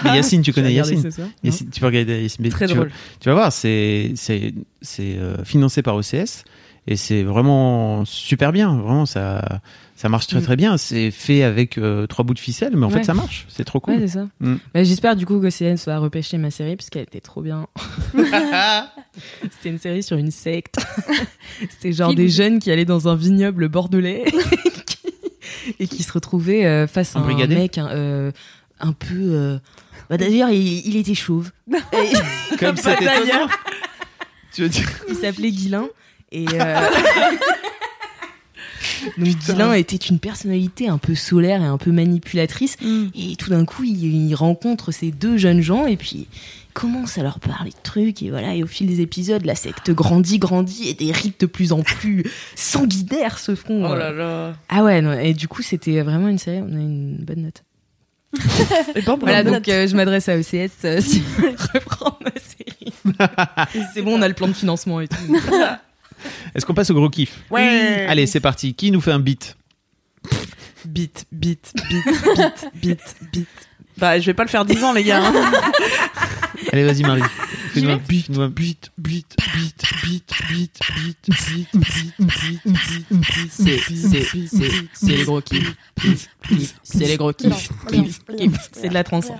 Mais <laughs> Yacine, <laughs> tu connais Je vais regarder Yacine. ce soir. Non Yacine, tu peux regarder Yacine Bellous. Très tu, drôle. vas- tu vas voir, c'est c'est- c'est, euh, financé par OCS et c'est vraiment super bien. Vraiment, ça, ça marche très Mm. très bien. C'est fait avec euh, trois bouts de ficelle, mais en Ouais. fait, ça marche. C'est trop cool. Ouais, c'est ça. Mm. Bah, J'espère du coup que CN va repêcher ma série parce qu'elle était trop bien. <laughs> C'était une série sur une secte. <laughs> C'était genre Film. des jeunes qui allaient dans un vignoble bordelais <laughs> et qui- et qui se retrouvaient euh, face à un Embrigadés. mec un, euh, un peu. euh, Bah, D'ailleurs, il, il était chauve. Et <laughs> Comme c'était étonnant. <laughs> Tu veux dire il s'appelait Guilin. Et. euh, Donc, Guilin était une personnalité un peu solaire et un peu manipulatrice. Mm. Et tout d'un coup, il, il rencontre ces deux jeunes gens et puis il commence à leur parler de trucs. Et voilà, et au fil des épisodes, la secte grandit, grandit et des rites de plus en plus sanguinaires se font. Oh là là. Ah ouais, non, et du coup, c'était vraiment une série, on a une bonne note. Et bon, Voilà, bah, donc euh, je m'adresse à OCS euh, <laughs> si vous voulez reprendre ma série. C'est bon, on a le plan de financement et tout. <laughs> Est-ce qu'on passe au gros kiff Ouais. Allez, c'est parti. Qui nous fait un beat Bit, bit, bit, bit, bit, bit. Bah, je vais pas le faire 10 ans, les gars. hein. Allez, vas-y, <laughs> Marie. Fais-nous un beat. Beat, beat, beat, beat, beat, beat, beat, beat, beat, beat, beat, C'est les gros kiffs. C'est les gros kiffs. C'est de la transe. Ah,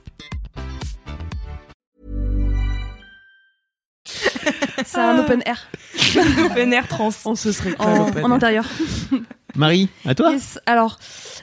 C'est un open air Open air trans. On se serait en, en intérieur. Marie, à toi Yes. Alors,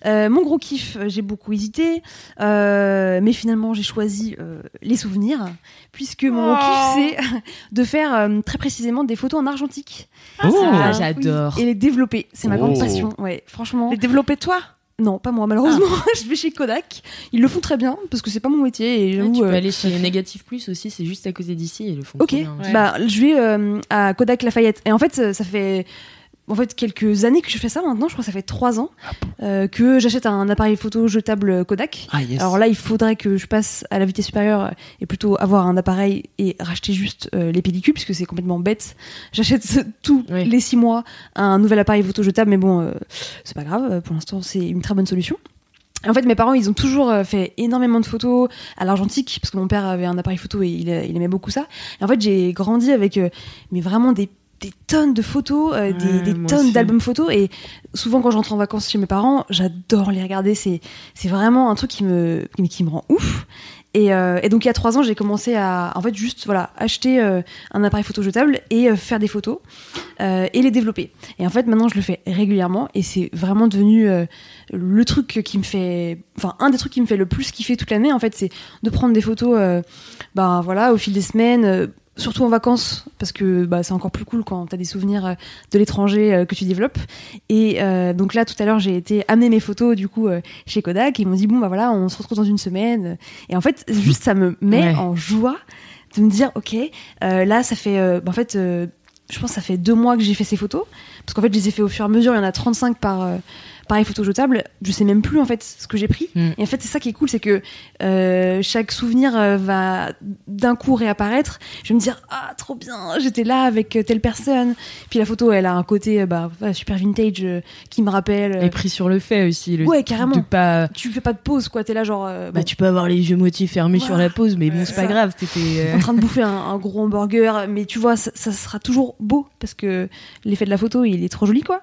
euh, mon gros kiff, euh, j'ai beaucoup hésité, euh, mais finalement j'ai choisi euh, les souvenirs, puisque mon gros Oh. kiff c'est <laughs> de faire euh, très précisément des photos en argentique Oh. Ah, j'adore. et les développer. C'est ma grande Oh. passion. Ouais, franchement. Les développer toi Ah. Non, pas moi, malheureusement. <laughs> je vais chez Kodak. Ils le font très bien parce que c'est pas mon métier. Et Ouais, j'avoue, tu peux euh, aller chez Négatif Plus aussi, c'est juste à côté d'ici et ils le font. Ok, trop bien. bah, je vais euh, à Kodak Lafayette. Et en fait, ça ça fait en fait quelques années que je fais ça maintenant. Je crois que ça fait trois ans Ah euh, que j'achète un appareil photo jetable Kodak. Ah, yes. Alors là, il faudrait que je passe à la vitesse supérieure euh, et plutôt avoir un appareil et racheter juste euh, les pellicules puisque c'est complètement bête. J'achète <laughs> tous Oui. les six mois un nouvel appareil photo jetable, mais bon, euh, c'est pas grave. euh, Pour l'instant, c'est une très bonne solution. En fait, mes parents, ils ont toujours euh, fait énormément de photos à l'argentique, parce que mon père avait un appareil photo et il, il aimait beaucoup ça. Et en fait, j'ai grandi avec, euh, mais vraiment des, des tonnes de photos, euh, Ouais, des, des moi tonnes aussi. d'albums photos. Et souvent, quand je rentre en vacances chez mes parents, j'adore les regarder. C'est, c'est vraiment un truc qui me, qui, me- qui me rend ouf. Et, euh, et donc il y a trois ans, j'ai commencé à en fait juste voilà acheter euh, un appareil photo jetable et euh, faire des photos euh, et les développer. Et en fait maintenant je le fais régulièrement et c'est vraiment devenu euh, le truc qui me fait enfin un des trucs qui me fait le plus kiffer toute l'année en fait c'est de prendre des photos euh, bah voilà au fil des semaines. euh, Surtout en vacances, parce que bah, c'est encore plus cool quand t'as des souvenirs euh, de l'étranger euh, que tu développes. Et euh, donc là, tout à l'heure, j'ai été amener mes photos du coup euh, chez Kodak et ils m'ont dit bon bah voilà, on se retrouve dans une semaine. Et en fait, juste ça me Ouais. met en joie de me dire ok, euh, là ça fait euh, bah, en fait euh, je pense que ça fait deux mois que j'ai fait ces photos parce qu'en fait je les ai fait au fur et à mesure. Il y en a 35 par euh, pareil photo jetable. Je sais même plus en fait ce que j'ai pris. Mm. Et en fait c'est ça qui est cool, c'est que euh, chaque souvenir euh, va d'un coup réapparaître. Je vais me dire ah trop bien, j'étais là avec euh, telle personne. Puis la photo elle a un côté euh, bah voilà, super vintage euh, qui me rappelle. euh, Et pris sur le fait aussi. Le Ouais, truc carrément. de pas... tu fais pas de pause quoi, t'es là genre euh, Bah, bon, tu peux avoir les yeux motifs fermés sur la pose, mais bon, c'est pas grave. T'étais. en euh, train de bouffer un, un gros hamburger, mais tu vois, ça, ça sera toujours beau parce que l'effet de la photo, il est trop joli, quoi.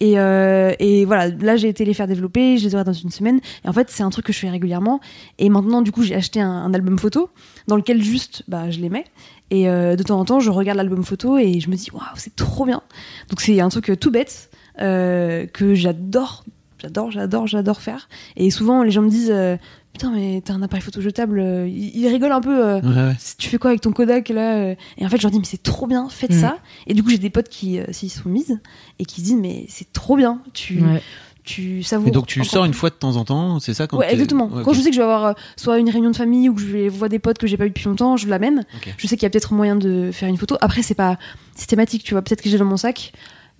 Et, euh, et voilà, là j'ai été les faire développer, je les aurai dans une semaine. Et en fait, c'est un truc que je fais régulièrement. Et maintenant, du coup, j'ai acheté un, un album photo dans lequel juste, bah, je les mets. Et euh, de temps en temps, je regarde l'album photo et je me dis, waouh, c'est trop bien. Donc c'est un truc euh, tout bête euh, que j'adore, j'adore, j'adore, j'adore faire. Et souvent, les gens me disent, euh, putain, mais t'as un appareil photo jetable. euh, Ils ils rigolent un peu. euh, Ouais, ouais. si tu fais quoi avec ton Kodak là euh Et en fait, je leur dis, mais c'est trop bien, faites Mm. ça. Et du coup, j'ai des potes qui euh, s'y sont mises et qui se disent, mais c'est trop bien, tu, ouais. tu savoures. Et donc tu encore sors une plus. fois de temps en temps, c'est ça quand Ouais, t'es- exactement. Ouais, Quand ok. je sais que je vais avoir euh, soit une réunion de famille ou que je vais voir des potes que j'ai pas eu depuis longtemps, je l'amène. Ok. Je sais qu'il y a peut-être moyen de faire une photo. Après, c'est pas systématique, tu vois. Peut-être que j'ai dans mon sac,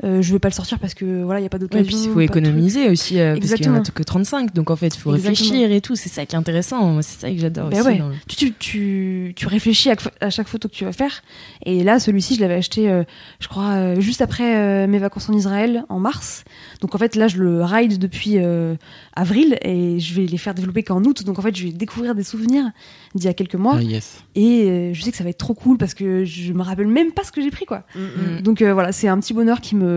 euh, je vais pas le sortir parce que voilà, il y a pas Ouais, et d'occasion. puis il faut pas de truc. économiser aussi, euh, parce qu'il y en Exactement. a que 35, donc en fait, il faut Exactement. réfléchir et tout. C'est ça qui est intéressant. Moi, C'est ça que j'adore Ben aussi. ouais. dans le- tu, tu, tu, tu réfléchis à, à chaque photo que tu vas faire. Et là, celui-ci, je l'avais acheté, euh, je crois, euh, juste après euh, mes vacances en Israël, en mars. Donc en fait, là, je le ride depuis euh, avril et je vais les faire développer qu'en août. Donc en fait, je vais découvrir des souvenirs d'il y a quelques mois. Ah, yes. Et euh, je sais que ça va être trop cool parce que je me rappelle même pas ce que j'ai pris, quoi. Mm. Donc euh, voilà, c'est un petit bonheur qui me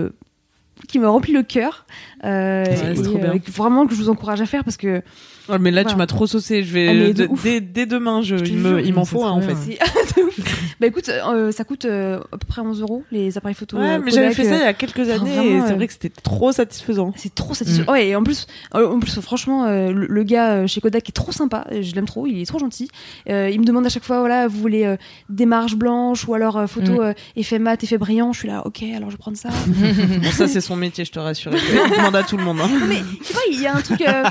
qui me remplit le cœur. Euh, Ah, c'est et, cool. Trop bien. euh, vraiment que je vous encourage à faire parce que Ouais, Oh, mais là, tu Voilà. m'as trop saucé. Je vais Ah, mais de de- ouf. dès, dès demain, je, te il me- jure, il m'en c'est faut un, trop en bien. fait. C'est- de ouf. hein, bah écoute, euh, ça coûte euh, à peu près 11 euros les appareils photo. Ouais, euh, mais j'avais Kodak, fait ça il euh, y a quelques enfin, années vraiment, et c'est euh, vrai que c'était trop satisfaisant. C'est trop satisfaisant. Ouais, et en plus, euh, en plus franchement, euh, le, le gars euh, chez Kodak est trop sympa. euh, Je l'aime trop, il est trop gentil. Euh, il me demande à chaque fois, voilà, vous voulez euh, des marges blanches ou alors euh, photo euh, effet mat, effet brillant. Je suis là, ok, alors je prends ça. Bon, ça, c'est son métier, je te rassure. Il demande à tout le monde. hein. Non, mais tu vois, il y a un truc, euh,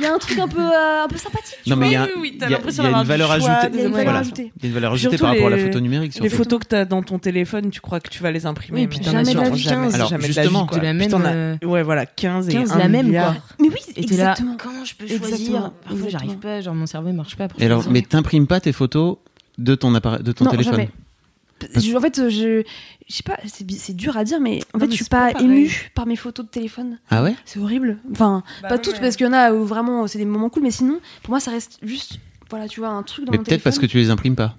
il y a un truc un peu, euh, un peu sympathique. tu Non, mais il y a, Oui, oui, il y t'as a- l'impression il y a d'avoir une du valeur choix, ajoutée. vois. Il y a une Ouais, valeur Voilà. ajoutée. Il y a une valeur ajoutée Surtout par rapport à la les- photo numérique. Les surtout. photos que t'as dans ton téléphone, tu crois que tu vas les imprimer. Oui, puis mais jamais t'en as de la genre vie, jamais, 15. Alors, jamais de la justement, vie, quoi. de la Puis même, t'en as- euh, Ouais, voilà, 15 et 15, 1 la même, milliard. quoi. Mais oui, Et t'es là, exactement. comment je peux Exactement, choisir Parfois, exactement. j'arrive pas, genre mon cerveau il marche pas. pour Et alors, choisir. mais t'imprimes pas tes photos de ton appareil, de ton non, téléphone. jamais. Je- en fait, je, je sais pas, c'est bi- c'est dur à dire, mais en Non, mais fait, je suis c'est pas pas, pareil. émue par mes photos de téléphone. Ah ouais C'est horrible. Enfin, pas toutes, parce qu'il y en a où vraiment c'est des moments cool, mais sinon, pour moi, ça reste juste, voilà, tu vois, un truc dans Mais mon peut-être parce que téléphone. tu les imprimes pas.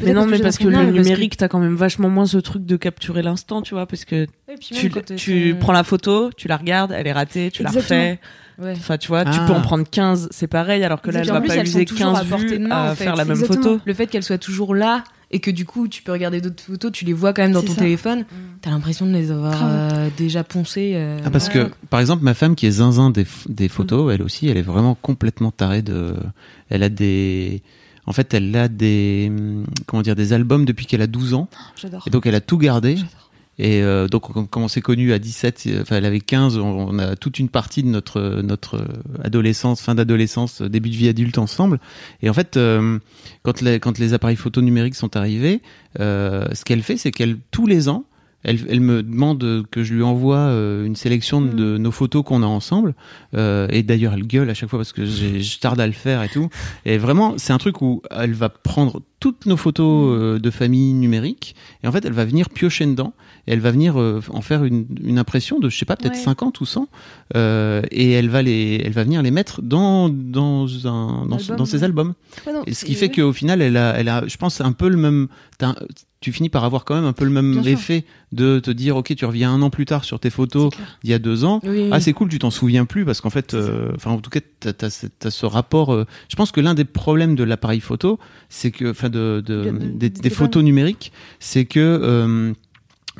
Euh, Mais non, mais j'ai parce que le l'impression- mais parce que- numérique, t'as quand même vachement moins ce truc de capturer l'instant, tu vois, parce que Ouais, puis même tu, quand, euh, tu c'est- prends la photo, tu la regardes, elle est ratée, tu Exactement. la refais. Ouais. Enfin, tu vois, tu Ah. peux en prendre 15, c'est pareil, alors que là, Et elle puis en va plus, pas elles user sont toujours 15 à portée vues de main, à en fait. faire la même Exactement. photo. Le fait qu'elle soit toujours là et que du coup tu peux regarder d'autres photos, tu les vois quand même dans C'est ton ça. téléphone, t'as l'impression de les avoir Grave. euh, déjà poncées. euh, Ah, parce que, par exemple, ma femme qui est zinzin des, f- Mm. des photos, elle aussi, elle est vraiment complètement tarée de. Elle a des. En fait, elle a des. hum, Comment dire Des albums depuis qu'elle a 12 ans. J'adore. Et donc, elle a tout gardé. J'adore. Et euh, donc, on- comme on s'est connu à 17, euh, enfin, elle avait 15, on, on a toute une partie de notre, euh, notre euh, adolescence, fin d'adolescence, euh, début de vie adulte ensemble. Et en fait, euh, quand, les, quand les appareils photo numériques sont arrivés, euh, ce qu'elle fait, c'est qu'elle, tous les ans, elle, elle me demande que je lui envoie euh, une sélection de, Hmm. de nos photos qu'on a ensemble. Euh, et d'ailleurs, elle gueule à chaque fois parce que j'ai- je tarde à le faire et tout. Et vraiment, c'est un truc où elle va prendre toutes nos photos Mm. euh, de famille numérique et en fait elle va venir piocher dedans et elle va venir euh, en faire une, une impression de je sais pas peut-être Ouais. 50 ou 100 euh, et elle va les elle va venir les mettre dans dans un dans, Album, dans ses ouais. albums Ouais, non, et ce c'est- qui fait qu'au final elle a elle a je pense un peu le même t'as un- tu finis par avoir quand même un peu le même Bien sûr. effet de te dire ok tu reviens un an plus tard sur tes photos il y a deux ans Oui, ah c'est cool, tu t'en souviens plus parce qu'en fait, euh, enfin en tout cas, t'as as, ce rapport. euh, je pense que l'un des problèmes de l'appareil photo, c'est que, enfin de, de- De- de- des, des des photos numériques, c'est que euh,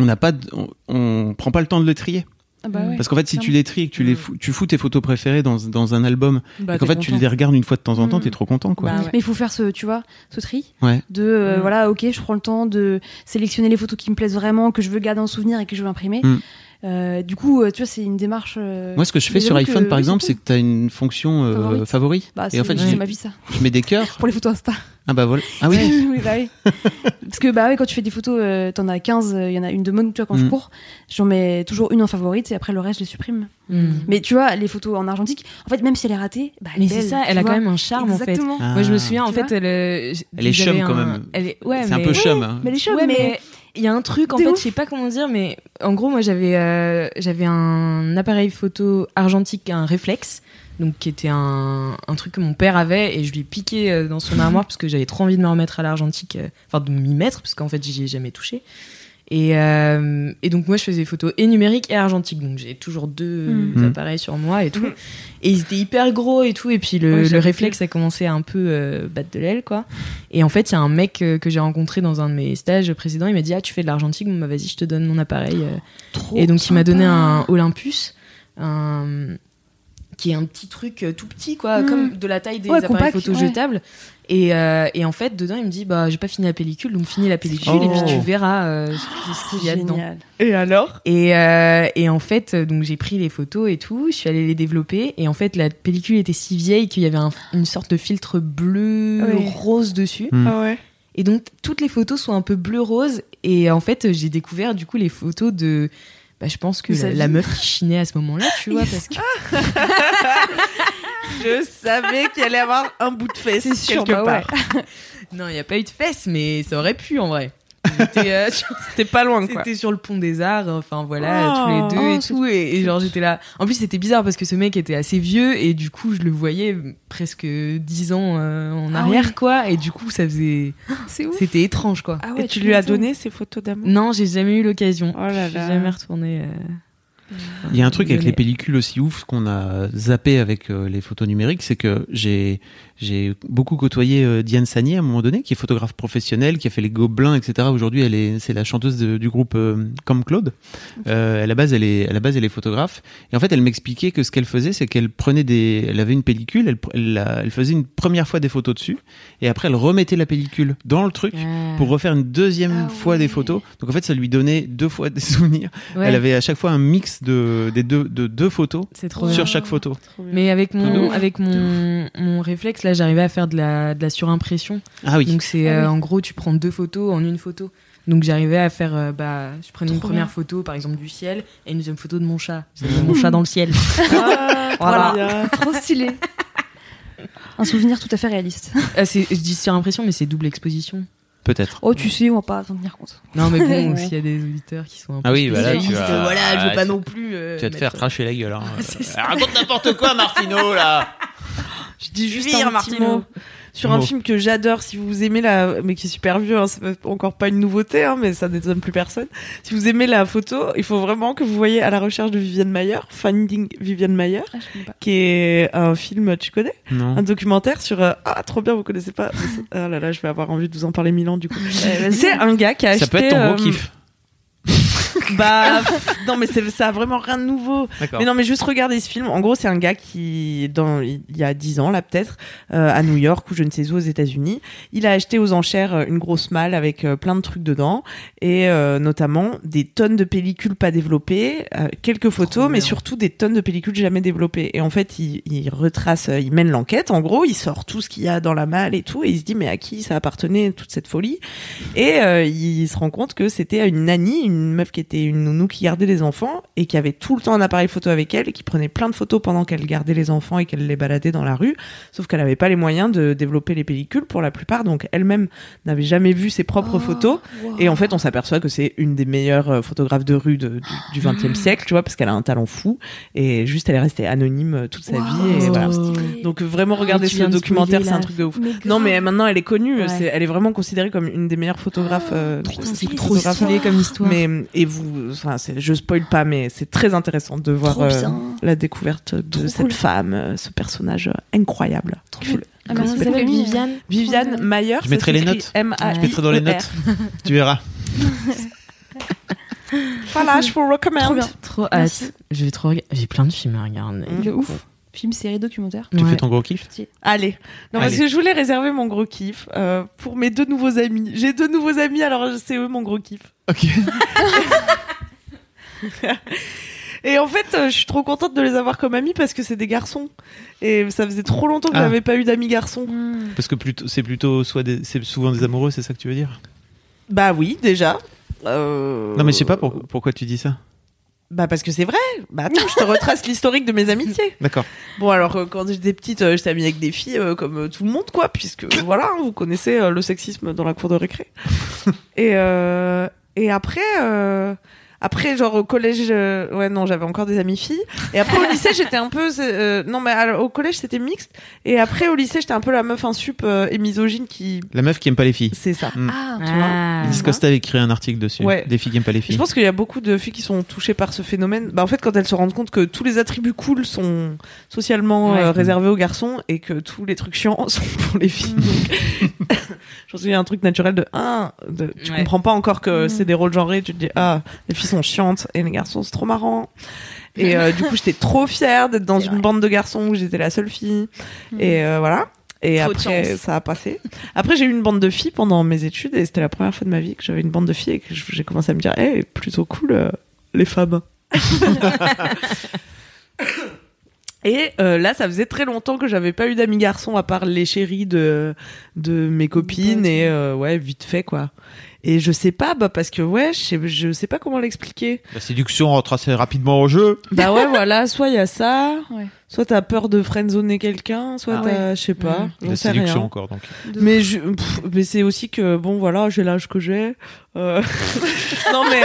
on n'a pas, de- on, on prend pas le temps de les trier. Ah bah ouais. Parce qu'en fait, si tu les tries, et que tu les fous, tu fous tes photos préférées dans, dans un album, Bah, et qu'en t'es fait tu content. les regardes une fois de temps en temps, Mm. t'es trop content quoi. Ah Bah ouais. Mais il faut faire ce, tu vois, ce tri Ouais. de euh, Mm. voilà, ok, je prends le temps de sélectionner les photos qui me plaisent vraiment, que je veux garder en souvenir et que je veux imprimer. Mm. Euh, du coup, euh, tu vois, c'est une démarche. euh, Moi, ce que je fais sur j'avoue que- iPhone, par oui, exemple, cool. c'est que t'as une fonction euh, favori. Favorite. Bah, et en c'est- fait, c'est je, ma vie ça. je mets des cœurs. Pour les photos Insta. Ah bah voilà. Ah oui. <laughs> bah oui. Parce que bah oui, quand tu fais des photos, euh, t'en as 15, euh, il y en a une de bonne, tu vois, quand je Mm. cours, j'en mets toujours une en favorite et après le reste, je les supprime. Mais tu vois, les photos en argentique, en fait, même si elle est ratée, bah, elle Mm. Mais est c'est belle, ça, tu elle a quand vois. même un charme en fait. Exactement. Moi je me Ah. souviens en Tu fait vois elle, euh, j- Elle est j'avais chum, quand un- même. Elle est ouais c'est un mais- peu chum. hein. Mais les choses, Ouais, mais. mais il y a un truc en De fait, ouf. je sais pas comment dire, mais en gros, moi j'avais euh, j'avais un appareil photo argentique, un réflexe, donc qui était un, un truc que mon père avait et je lui ai piqué euh, dans son <laughs> armoire parce que j'avais trop envie de me remettre à l'argentique, euh, enfin de m'y mettre parce qu'en fait j'y ai jamais touché. Et, euh, et donc moi je faisais photos et numériques et argentiques, donc j'ai toujours deux Mm. appareils sur moi et tout. Et ils étaient hyper gros et tout, et puis le, Ouais, le j'avais réflexe a commencé à un peu euh, battre de l'aile quoi. Et en fait, il y a un mec euh, que j'ai rencontré dans un de mes stages précédents. Il m'a dit Ah, tu fais de l'argentique Bon, bah, vas-y, je te donne mon appareil. euh. Oh, et donc, il m'a donné un Olympus, un- qui est un petit truc euh, tout petit, quoi, Mm. comme de la taille des Ouais, appareils compact, photo ouais. jetables. Et, euh, et en fait, dedans, il me dit Bah, j'ai pas fini la pellicule, donc finis la pellicule, et puis Oh. tu verras euh, ce- ce qu'il y a dedans. Et alors Et, euh, et en fait, euh, donc j'ai pris les photos et tout, je suis allée les développer. Et en fait, la pellicule était si vieille qu'il y avait un- une sorte de filtre bleu Oui. rose dessus. Ah ouais. Et donc toutes les photos sont un peu bleu rose. Et en fait, euh, j'ai découvert du coup les photos de, bah, je pense que De sa la, vie. la meuf qui chinait à ce moment-là, tu <laughs> vois, parce que Ah, Je savais qu'il allait avoir un bout de fesse C'est sûr, quelque bah ouais. part. non, il n'y a pas eu de fesses, mais ça aurait pu en vrai. J'étais, euh, <laughs> sur- C'était pas loin quoi. C'était sur le pont des arts, enfin voilà, Oh. tous les deux et Oh, c'est- tout. Et, et genre j'étais là. En plus c'était bizarre parce que ce mec était assez vieux et du coup je le voyais presque 10 ans euh, en Ah arrière ouais. quoi. Et du coup ça faisait. <laughs> C'est ouf. C'était étrange quoi. Ah Et tu lui as donné ces photos d'amour Non, j'ai jamais eu l'occasion. Oh là Je suis là. jamais retournée. euh, Il y a un truc avec les donner. pellicules aussi ouf qu'on a zappé avec euh, les photos numériques, c'est que j'ai j'ai beaucoup côtoyé euh, Diane Sani à un moment donné, qui est photographe professionnelle, qui a fait les Gobelins, etc. Aujourd'hui, elle est c'est la chanteuse de- du groupe euh, Comme Claude. Euh, à la base, elle est à la base elle est photographe. Et en fait, elle m'expliquait que ce qu'elle faisait, c'est qu'elle prenait des, elle avait une pellicule, elle pr- elle, la- elle faisait une première fois des photos dessus, et après elle remettait la pellicule dans le truc. Pour refaire une deuxième Ah fois des ouais. photos. Donc en fait, ça lui donnait deux fois <laughs> des souvenirs. Ouais, Elle avait à chaque fois un mix de des deux de deux photos C'est trop. sur bien. chaque photo. Mais avec De mon ouf. avec mon, mon réflexe là, j'arrivais à faire de la de la surimpression. Ah oui. Donc c'est Ah euh, oui. en gros tu prends deux photos en une photo. Donc j'arrivais à faire euh, bah je prenais une Trop première bien. photo par exemple du ciel et une deuxième photo de mon chat. J'avais mon chat dans le ciel. Ah, Ah, Voilà. Trop stylé. Un souvenir tout à fait réaliste. Ah, c'est- je dis surimpression mais c'est double exposition. Peut-être. Oh, tu sais, on va pas t'en tenir compte. Non mais bon Ouais. s'il y a des auditeurs qui sont un peu Ah oui, bah là, tu spécialistes, vas- voilà, je veux ah, pas tu- non plus euh, Tu vas te faire mettre- cracher la gueule. Hein. <laughs> C'est ça. Euh, Raconte n'importe quoi, Martino là. Je dis juste Vire, un petit Martino. mot sur un Mot. film que j'adore. Si vous aimez la, mais qui est super vieux, hein, c'est encore pas une nouveauté, hein, mais ça n'étonne plus personne. Si vous aimez la photo, il faut vraiment que vous voyez à la recherche de Viviane Mayer, Finding Viviane Mayer, Ah, je connais pas. qui est un film, tu connais, Non. Ah, un documentaire sur euh, ah trop bien, vous connaissez pas. mais c'est- Ah là là, je vais avoir envie de vous en parler mille ans du coup. C'est un gars qui a acheté. Ça peut être ton euh, gros kiff. Bah pff, non, mais c'est- ça a vraiment rien de nouveau. D'accord. Mais non, mais juste regarder ce film. En gros, c'est un gars qui, dans, il y a 10 ans, là, peut-être, euh, à New York ou je ne sais où, aux États-Unis, il a acheté aux enchères euh, une grosse malle avec euh, plein de trucs dedans et euh, notamment des tonnes de pellicules pas développées, euh, quelques photos, mais bien. surtout des tonnes de pellicules jamais développées. Et en fait, il, il retrace, euh, il mène l'enquête. En gros, il sort tout ce qu'il y a dans la malle et tout et il se dit, mais à qui ça appartenait toute cette folie? Et euh, il se rend compte que c'était à une nanny, une meuf qui est était une nounou qui gardait les enfants et qui avait tout le temps un appareil photo avec elle et qui prenait plein de photos pendant qu'elle gardait les enfants et qu'elle les baladait dans la rue. Sauf qu'elle n'avait pas les moyens de développer les pellicules pour la plupart, donc elle-même n'avait jamais vu ses propres Oh, Oh. photos. Et en fait, on s'aperçoit que c'est une des meilleures euh, photographes de rue de- du Ah. XXe siècle, tu vois, parce qu'elle a un talent fou et juste elle est restée anonyme euh, toute sa vie. Et voilà. Donc euh, vraiment regarder Ah, tu ce viens de documentaire, spoiler c'est un la- truc de ouf. Non mais maintenant elle est connue, Ouais. c'est- elle est vraiment considérée comme une des meilleures photographes. euh, C'est photographes. trop stylé comme histoire. Mais et vous, enfin c'est- je spoil pas, mais c'est très intéressant de voir Trop euh, bien. la découverte de cette femme, euh, ce personnage euh, incroyable. Cool. Ah, merci, Cool. Camille. Viviane Viviane Mayer. Je mettrai les notes. M A E Je mettrai dans les notes. tu verras. Voilà, je vous Trop recommande. bien. Trop Merci. hâte. Je vais trop rega- J'ai plein de films à regarder. De ouf. Film, série, documentaire. Tu Mmh. Ouais. fais ton gros kiff Allez. Non, parce Allez. que je voulais réserver mon gros kiff euh, pour mes deux nouveaux amis. J'ai deux nouveaux amis, alors c'est eux mon gros kiff. Ok. Et en fait, euh, je suis trop contente de les avoir comme amis parce que c'est des garçons. Et ça faisait trop longtemps que Ah. j'avais pas eu d'amis garçons. <laughs> Parce que plutôt, c'est plutôt soit des- c'est souvent des amoureux, c'est ça que tu veux dire Bah oui, déjà. Euh, Non, mais je sais pas pour- pourquoi tu dis ça. Bah parce que c'est vrai. Bah attends, je te retrace <laughs> l'historique de mes amitiés. D'accord. Bon alors euh, quand j'étais petite, euh, j'étais amie avec des filles euh, comme euh, tout le monde quoi, puisque euh, voilà, hein, vous connaissez euh, le sexisme dans la cour de récré. et euh, et après euh, après genre au collège, euh, ouais non j'avais encore des amies filles. Et après au lycée j'étais un peu c'est, euh, non mais alors, au collège c'était mixte. Et après au lycée j'étais un peu la meuf insup euh, et misogyne qui La meuf qui aime pas les filles. c'est ça. Ah, Ah. Discosta Costa avait écrit un article dessus. Ouais. Des filles qui aiment pas les Je filles. pense qu'il y a beaucoup de filles qui sont touchées par ce phénomène. Bah, en fait, quand elles se rendent compte que tous les attributs cool sont socialement Ouais. euh, réservés aux garçons et que tous les trucs chiants <laughs> sont pour les filles. Donc, <laughs> Je pense qu'il y a un truc naturel de un, de- tu Ouais. Mm. comprends pas encore que c'est des rôles genrés. Tu te dis ah les filles sont chiantes et les garçons c'est trop marrant. Et euh, du coup, j'étais trop fière d'être dans une bande de garçons où j'étais la seule fille. Et euh, voilà. Et Trop de après, chance. ça a passé. Après, j'ai eu une bande de filles pendant mes études et c'était la première fois de ma vie que j'avais une bande de filles et que je- j'ai commencé à me dire, eh, plutôt cool, euh, les femmes. <laughs> et euh, là, ça faisait très longtemps que j'avais pas eu d'amis garçons à part les chéris de, de mes copines et euh, ouais, vite fait quoi. Et je sais pas, bah parce que ouais, je sais, je sais pas comment l'expliquer. La séduction rentre assez rapidement au jeu. Bah <laughs> ouais, voilà, soit il y a ça, Ouais. soit t'as peur de friendzoner quelqu'un, soit Ah t'as, je sais pas, j'en Mmh. La sais séduction rien. encore donc. Mais je, pff, mais c'est aussi que bon voilà, j'ai l'âge que j'ai. <laughs> Euh, non mais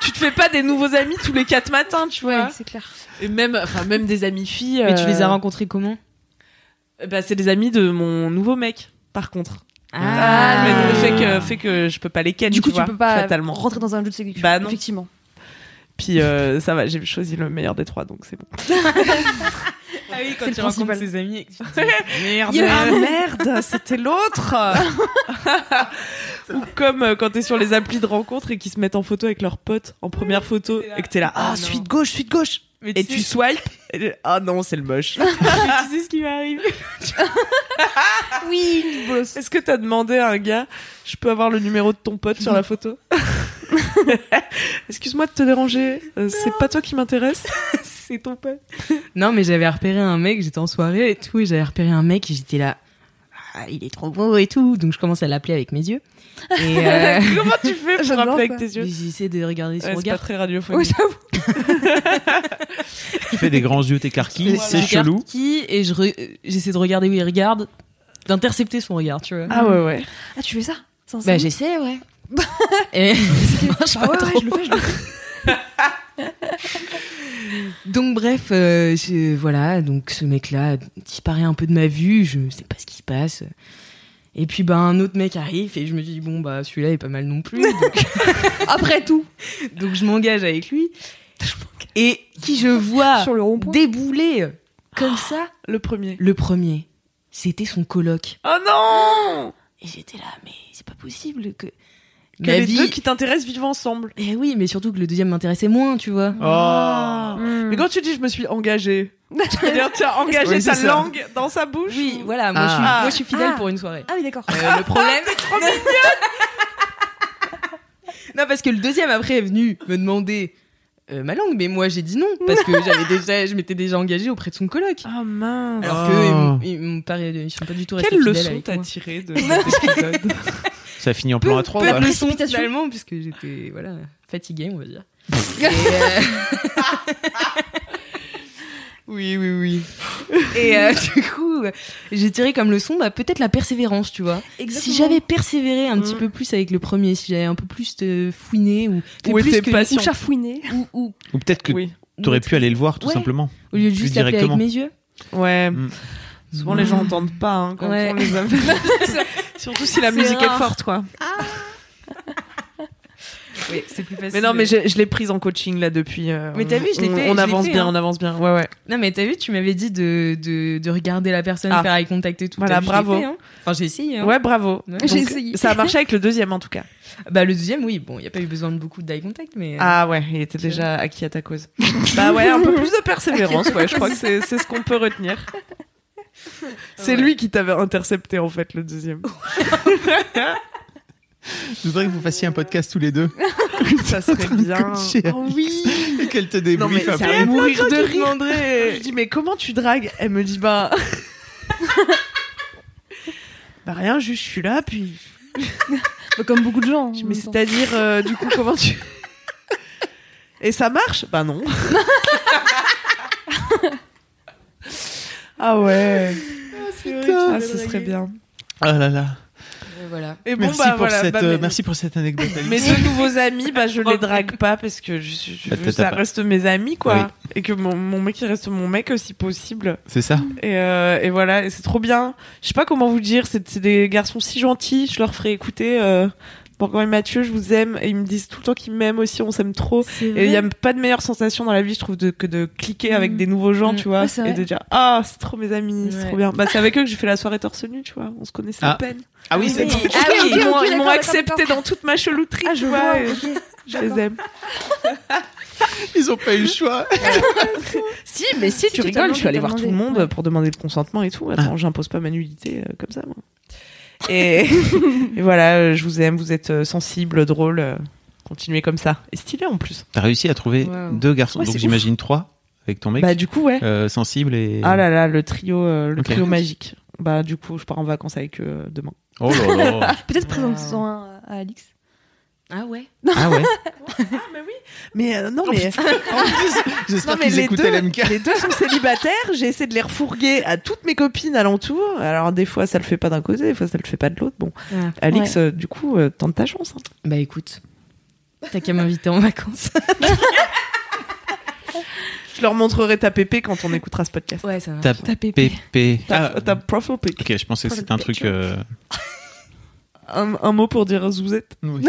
tu te fais pas des nouveaux amis tous les quatre matins, tu vois. c'est clair. Et même, enfin même des amis filles. Mais tu les euh, as rencontrés comment Bah c'est des amis de mon nouveau mec, par contre. Ah. Mais le fait que fait que je peux pas les ken, Du coup, tu vois, peux pas fatalement. rentrer dans un jeu de séduction. Bah non. Effectivement. Puis euh, ça va, j'ai choisi le meilleur des trois, donc c'est bon. Ah oui, quand C'est le tu rencontres principal. ses amis et que tu <laughs> Merde, ah, merde, c'était l'autre. <laughs> Ou comme euh, quand t'es sur les applis de rencontre et qu'ils se mettent en photo avec leurs potes en première photo et que t'es là, ah Ah, non. suite gauche, suite gauche. Et tu swipes et- Ah non, c'est le <laughs> moche. sais ce qui m'arrive. Ah Oui, une bosse. Est-ce que t'as demandé à un gars, je peux avoir le numéro de ton pote sur la <laughs> photo Excuse-moi de te déranger, euh, c'est pas toi qui m'intéresse, <laughs> c'est ton pote. Non, mais j'avais repéré un mec, j'étais en soirée et tout, et j'avais repéré un mec et j'étais là. Ah, il est trop beau et tout. Donc je commence à l'appeler avec mes yeux. Et <laughs> euh, Comment tu fais pour J'adore rappeler ça. avec <laughs> tes yeux j'essaie de regarder son Ouais, C'est pas regard. très radiophonique. Oui, j'avoue. Tu fais des grands yeux, <laughs> t'écarquilles, Je c'est regarde chelou. Qui et je re- euh, j'essaie de regarder où il regarde, d'intercepter son regard, tu vois. Ah ouais, ouais. Ah, tu fais ça C'est un bah salut j'essaie, ouais. <laughs> et <laughs> ça marche Bah pas ouais, ouais, trop. je le fais, je le fais. <laughs> Donc bref, euh, je- voilà, donc ce mec-là disparaît un peu de ma vue, je sais pas ce qui se passe. Et puis ben un autre mec arrive et je me dis bon bah celui-là est pas mal non plus. Donc, Après tout, donc je m'engage avec lui. Et qui je vois sur le rond-point. débouler comme ça, Le premier. le premier, c'était son coloc. Oh <gasps> non Et j'étais là mais c'est pas possible que, Que ma les vie. deux qui t'intéressent vivent ensemble. Eh oui, mais surtout que le deuxième m'intéressait moins, tu vois. Oh. Ah. Ah. Hmm. Mais quand tu dis je me suis engagée, c'est-à-dire tu as engagé Oui, c'est ta ça. langue dans sa bouche Oui, ou- voilà, moi, je, suis, Ah. moi, je suis fidèle Ah. pour une soirée. <laughs> Ah oui, d'accord. Euh, le problème. <laughs> non, parce que le deuxième après est venu me demander euh, ma langue, mais moi j'ai dit non parce que j'avais déjà, je m'étais déjà engagée auprès de son coloc. Ah mince. Alors Oh. que ils m'ont- ils m'ont pas- ils sont pas du tout restés Quelle fidèles leçon avec t'as moi. tirée <laughs> de cet épisode Ça finit en plan à 3 Peu de voilà. leçons Précipitation. finalement puisque j'étais voilà fatiguée on va dire. Et, euh, Oui, oui, oui. <laughs> et, euh, du coup, j'ai tiré comme leçon bah, peut-être la persévérance, tu vois. Si j'avais persévéré un petit Mm. peu plus avec le premier, si j'avais un peu plus euh, fouiné ou Ou plus était que- Ou patient. chafouiner. ou, ou- Ou peut-être que Oui. tu aurais pu aller le voir, tout Ouais. simplement. au lieu de Plus juste l'appeler avec directement. mes yeux. Mm. Ouais. Mm. Souvent, les gens entendent pas hein, quand Ouais. on les <laughs> appelle. Surtout si la C'est musique rare. est forte, quoi. Oui, c'est plus facile. Mais non, mais je, je l'ai prise en coaching là depuis. euh, Mais t'as vu, je l'ai on- fait, je On l'ai avance fait, bien, hein. on avance bien. Ouais, ouais. Non, mais t'as vu, tu m'avais dit de, de, de regarder la personne, Ah. faire eye contact et tout. Voilà, T'as vu, je l'ai bravo. fait, hein. Enfin, j'ai essayé. hein. Ouais, bravo. Ouais. J'ai Donc, essayé. Ça a marché avec le deuxième en tout cas. Bah, le deuxième, oui, bon, il n'y a pas eu besoin de beaucoup d'eye contact, mais. euh, Ah ouais, il était déjà acquis à ta cause. <laughs> bah ouais, un peu plus de persévérance, ouais, je crois que c'est c'est ce qu'on peut retenir. C'est lui qui t'avait intercepté en fait, le deuxième. Je voudrais que vous fassiez un podcast tous les deux. <laughs> Ça serait bien. coacher. Oh oui! Et qu'elle te Non mais débriefe ça après. va mourir de qui rire. Je dis mais comment tu dragues Elle me dit bah <laughs> bah rien, juste je suis là puis. Bah, Comme beaucoup de gens. hein, Je dis, en mais même temps. c'est-à-dire euh, du coup comment tu Et ça marche Bah non. ah ouais. Putain. Ah ce serait bien. Ah là là. Euh, voilà. Et bon Merci, bah pour voilà. cette, bah, euh, mes- merci pour cette anecdote. Alice. <laughs> Mes deux nouveaux amis, bah je les drague pas parce que je, je Bah, veux t'as- que ça t'as pas- reste mes amis quoi, et que mon, mon mec il reste mon mec si possible. C'est ça Et, euh, et voilà, et c'est trop bien. Je sais pas comment vous dire, c'est c'est des garçons si gentils, je leur ferai écouter. Euh, Morgan et Mathieu, je vous aime, et ils me disent tout le temps qu'ils m'aiment aussi, on s'aime trop. Et il y a pas de meilleure sensation dans la vie, je trouve, de, que de cliquer avec Mm. des nouveaux gens, Mm. tu vois, Ouais, c'est et vrai. de dire ah c'est trop mes amis, c'est Ouais. trop bien. Bah c'est avec eux que j'ai fait la soirée torse nu, tu vois, on se connaissait Ah. à peine. Ah oui, c'est oui. Ah oui, ils ok, m'ont- ok, ils m'ont d'accord, accepté d'accord. dans toute ma chelouterie, Ah, tu je vois. vois, et ok. Je les aime. Ils ont pas eu le choix. Si, mais si, Si, tu tu rigoles, demandes, je suis allée tu voir demandes, tout le monde ouais. pour demander le consentement et tout. Attends, j'impose pas ma nudité euh, comme ça, moi. Et, <laughs> et voilà, euh, je vous aime, vous êtes euh, sensible, drôle. euh, Continuez comme ça. Et stylé en plus. T'as réussi à trouver Wow. deux garçons, Ouais, donc c'est j'imagine trois avec ton mec, Bah, du coup, ouais. euh, sensible et. Ah là là, le trio, euh, le Ok. trio magique. Bah, du coup, je pars en vacances avec eux euh, demain. Oh là <laughs> là. Peut-être présente-en un à Alix. Ah ouais ah ouais. Mais euh, non, mais, J'espère <laughs> non, mais qu'ils les, écoutaient deux, l'MK. les deux sont célibataires. J'ai essayé de les refourguer à toutes mes copines alentour. Alors, des fois, ça le fait pas d'un côté, des fois, ça le fait pas de l'autre. Bon, Ah. Alix, euh, du coup, euh, tente ta chance. hein. Bah écoute, t'as qu'à m'inviter <laughs> en vacances. Je leur montrerai ta pépé quand on écoutera ce podcast. Ouais, ça va. Ta pépé. Ta, Ah, ta profile pic. Ok, je pensais que c'était un truc. euh, Un, un mot pour dire zouzette. oui,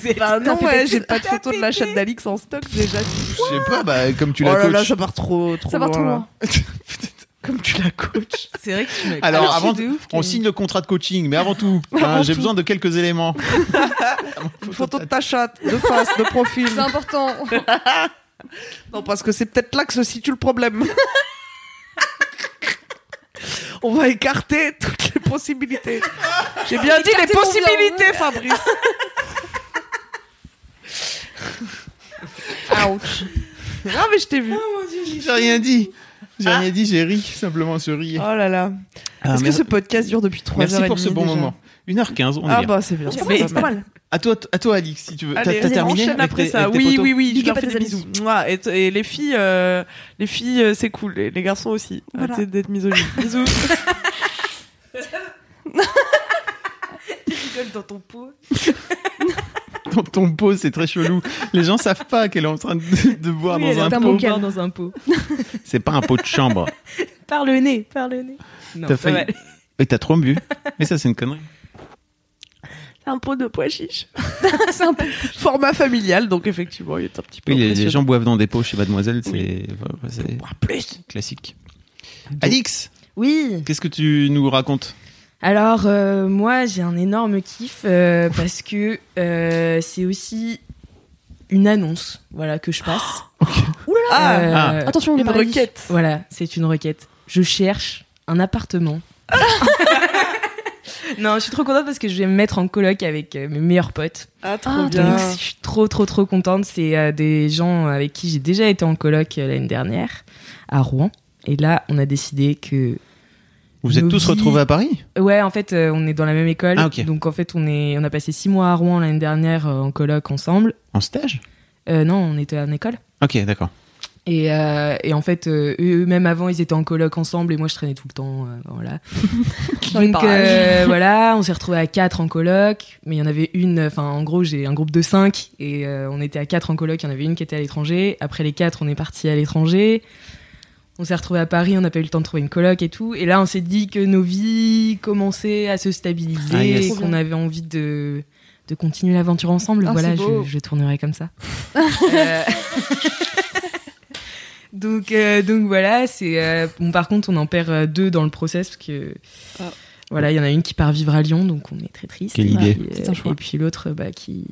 c'est- Bah non, Ta ouais, pépé. j'ai pas de photo de la chatte d'Alix en stock déjà. Je sais pas, bah, comme tu oh la là là, coaches. ça part trop, trop Ça loin. va trop là. loin. <laughs> Comme tu la coaches. C'est vrai que tu m'as Alors, coaché avant- de ouf, On que- signe le contrat de coaching, mais avant tout, hein, <laughs> Avant j'ai tout. besoin de quelques <laughs> éléments. Une photo de ta chatte, de face, de profil. C'est <laughs> important. Non, parce que c'est peut-être là que se situe le <laughs> problème. On va écarter toutes les possibilités. J'ai bien dit les Écartez-vous bien. possibilités, Fabrice. <laughs> Ouch. Ah, mais je t'ai vu. J'ai rien dit. J'ai Ah. rien dit, j'ai ri, simplement je riais. Oh là là. Ah, Est-ce que merci- ce podcast dure depuis 3 Merci heures et pour ce demie bon déjà moment. 1h15, on est Ah bien. bah c'est bien. C'est c'est pas mal, pas c'est pas mal. <laughs> mal. À toi, à toi, Alix, si tu veux. T'as- Allez, T'as vas-y, terminé enchaîne avec après tes- ça. avec tes Oui, potos oui, oui, je Big leur up à fais des tes amis. bisous. Mouah, Et, et les filles, euh, les filles, euh, c'est cool. Et les garçons aussi. Voilà. Arrêtez d'être misogynes. Bisous. dans ton pot. Dans ton pot, c'est très chelou. <laughs> Les gens savent pas qu'elle est en train de, de boire Oui, elle dans a un un pot. beau bocal. corps dans un pot. C'est pas un pot de chambre. Par le nez, par le nez. Non, T'as ça failli- va aller. Et t'as trop bu. Mais ça, c'est une connerie. un pot de pois chiche. <laughs> Euh, Format familial, donc effectivement, il est un petit peu. Oui, les, les impressionnant. gens boivent dans des pots chez Mademoiselle, c'est voilà, c'est Bois plus. classique. Alix, Oui. qu'est-ce que tu nous racontes Alors, euh, moi, j'ai un énorme kiff euh, parce que euh, c'est aussi une annonce voilà, que je <gasps> passe. Ah, Euh, Ah. Attention, on est une pas réveillé. requête. Voilà, c'est une requête. Je cherche un <laughs> appartement. non, je suis trop contente parce que je vais me mettre en coloc avec euh, mes meilleurs potes. Ah, trop Ah, bien. Donc, je suis trop, trop, trop contente. C'est euh, des gens avec qui j'ai déjà été en coloc euh, l'année dernière à Rouen. Et là, on a décidé que. Vous êtes Nos tous vies. retrouvés à Paris Ouais, en fait, euh, on est dans la même école. Ah, ok. Donc, en fait, on, est, on a passé six mois à Rouen l'année dernière euh, en coloc ensemble. En stage Euh, non, on était en école. Ok, d'accord. Et, euh, et en fait, euh, eux, même avant, ils étaient en coloc ensemble et moi, je traînais tout le temps. euh, <laughs> voilà. Donc euh, voilà, on s'est retrouvés à quatre en coloc, mais il y en avait une. Enfin, en gros, j'ai un groupe de cinq et euh, on était à quatre en coloc. Il y en avait une qui était à l'étranger. Après les quatre, on est parti à l'étranger. On s'est retrouvés à Paris. On n'a pas eu le temps de trouver une coloc et tout. Et là, on s'est dit que nos vies commençaient à se stabiliser Ah, yes. et qu'on avait envie de de continuer l'aventure ensemble. Ah, voilà, c'est beau. je, je tournerai <laughs> comme ça. Euh, donc, euh, donc voilà, c'est. euh, bon, par contre, on en perd euh, deux dans le process parce que. Ah. Voilà, il y en a une qui part vivre à Lyon, donc on est très triste. Quelle Et idée. puis, euh, C'est un choix. et puis l'autre, bah, qui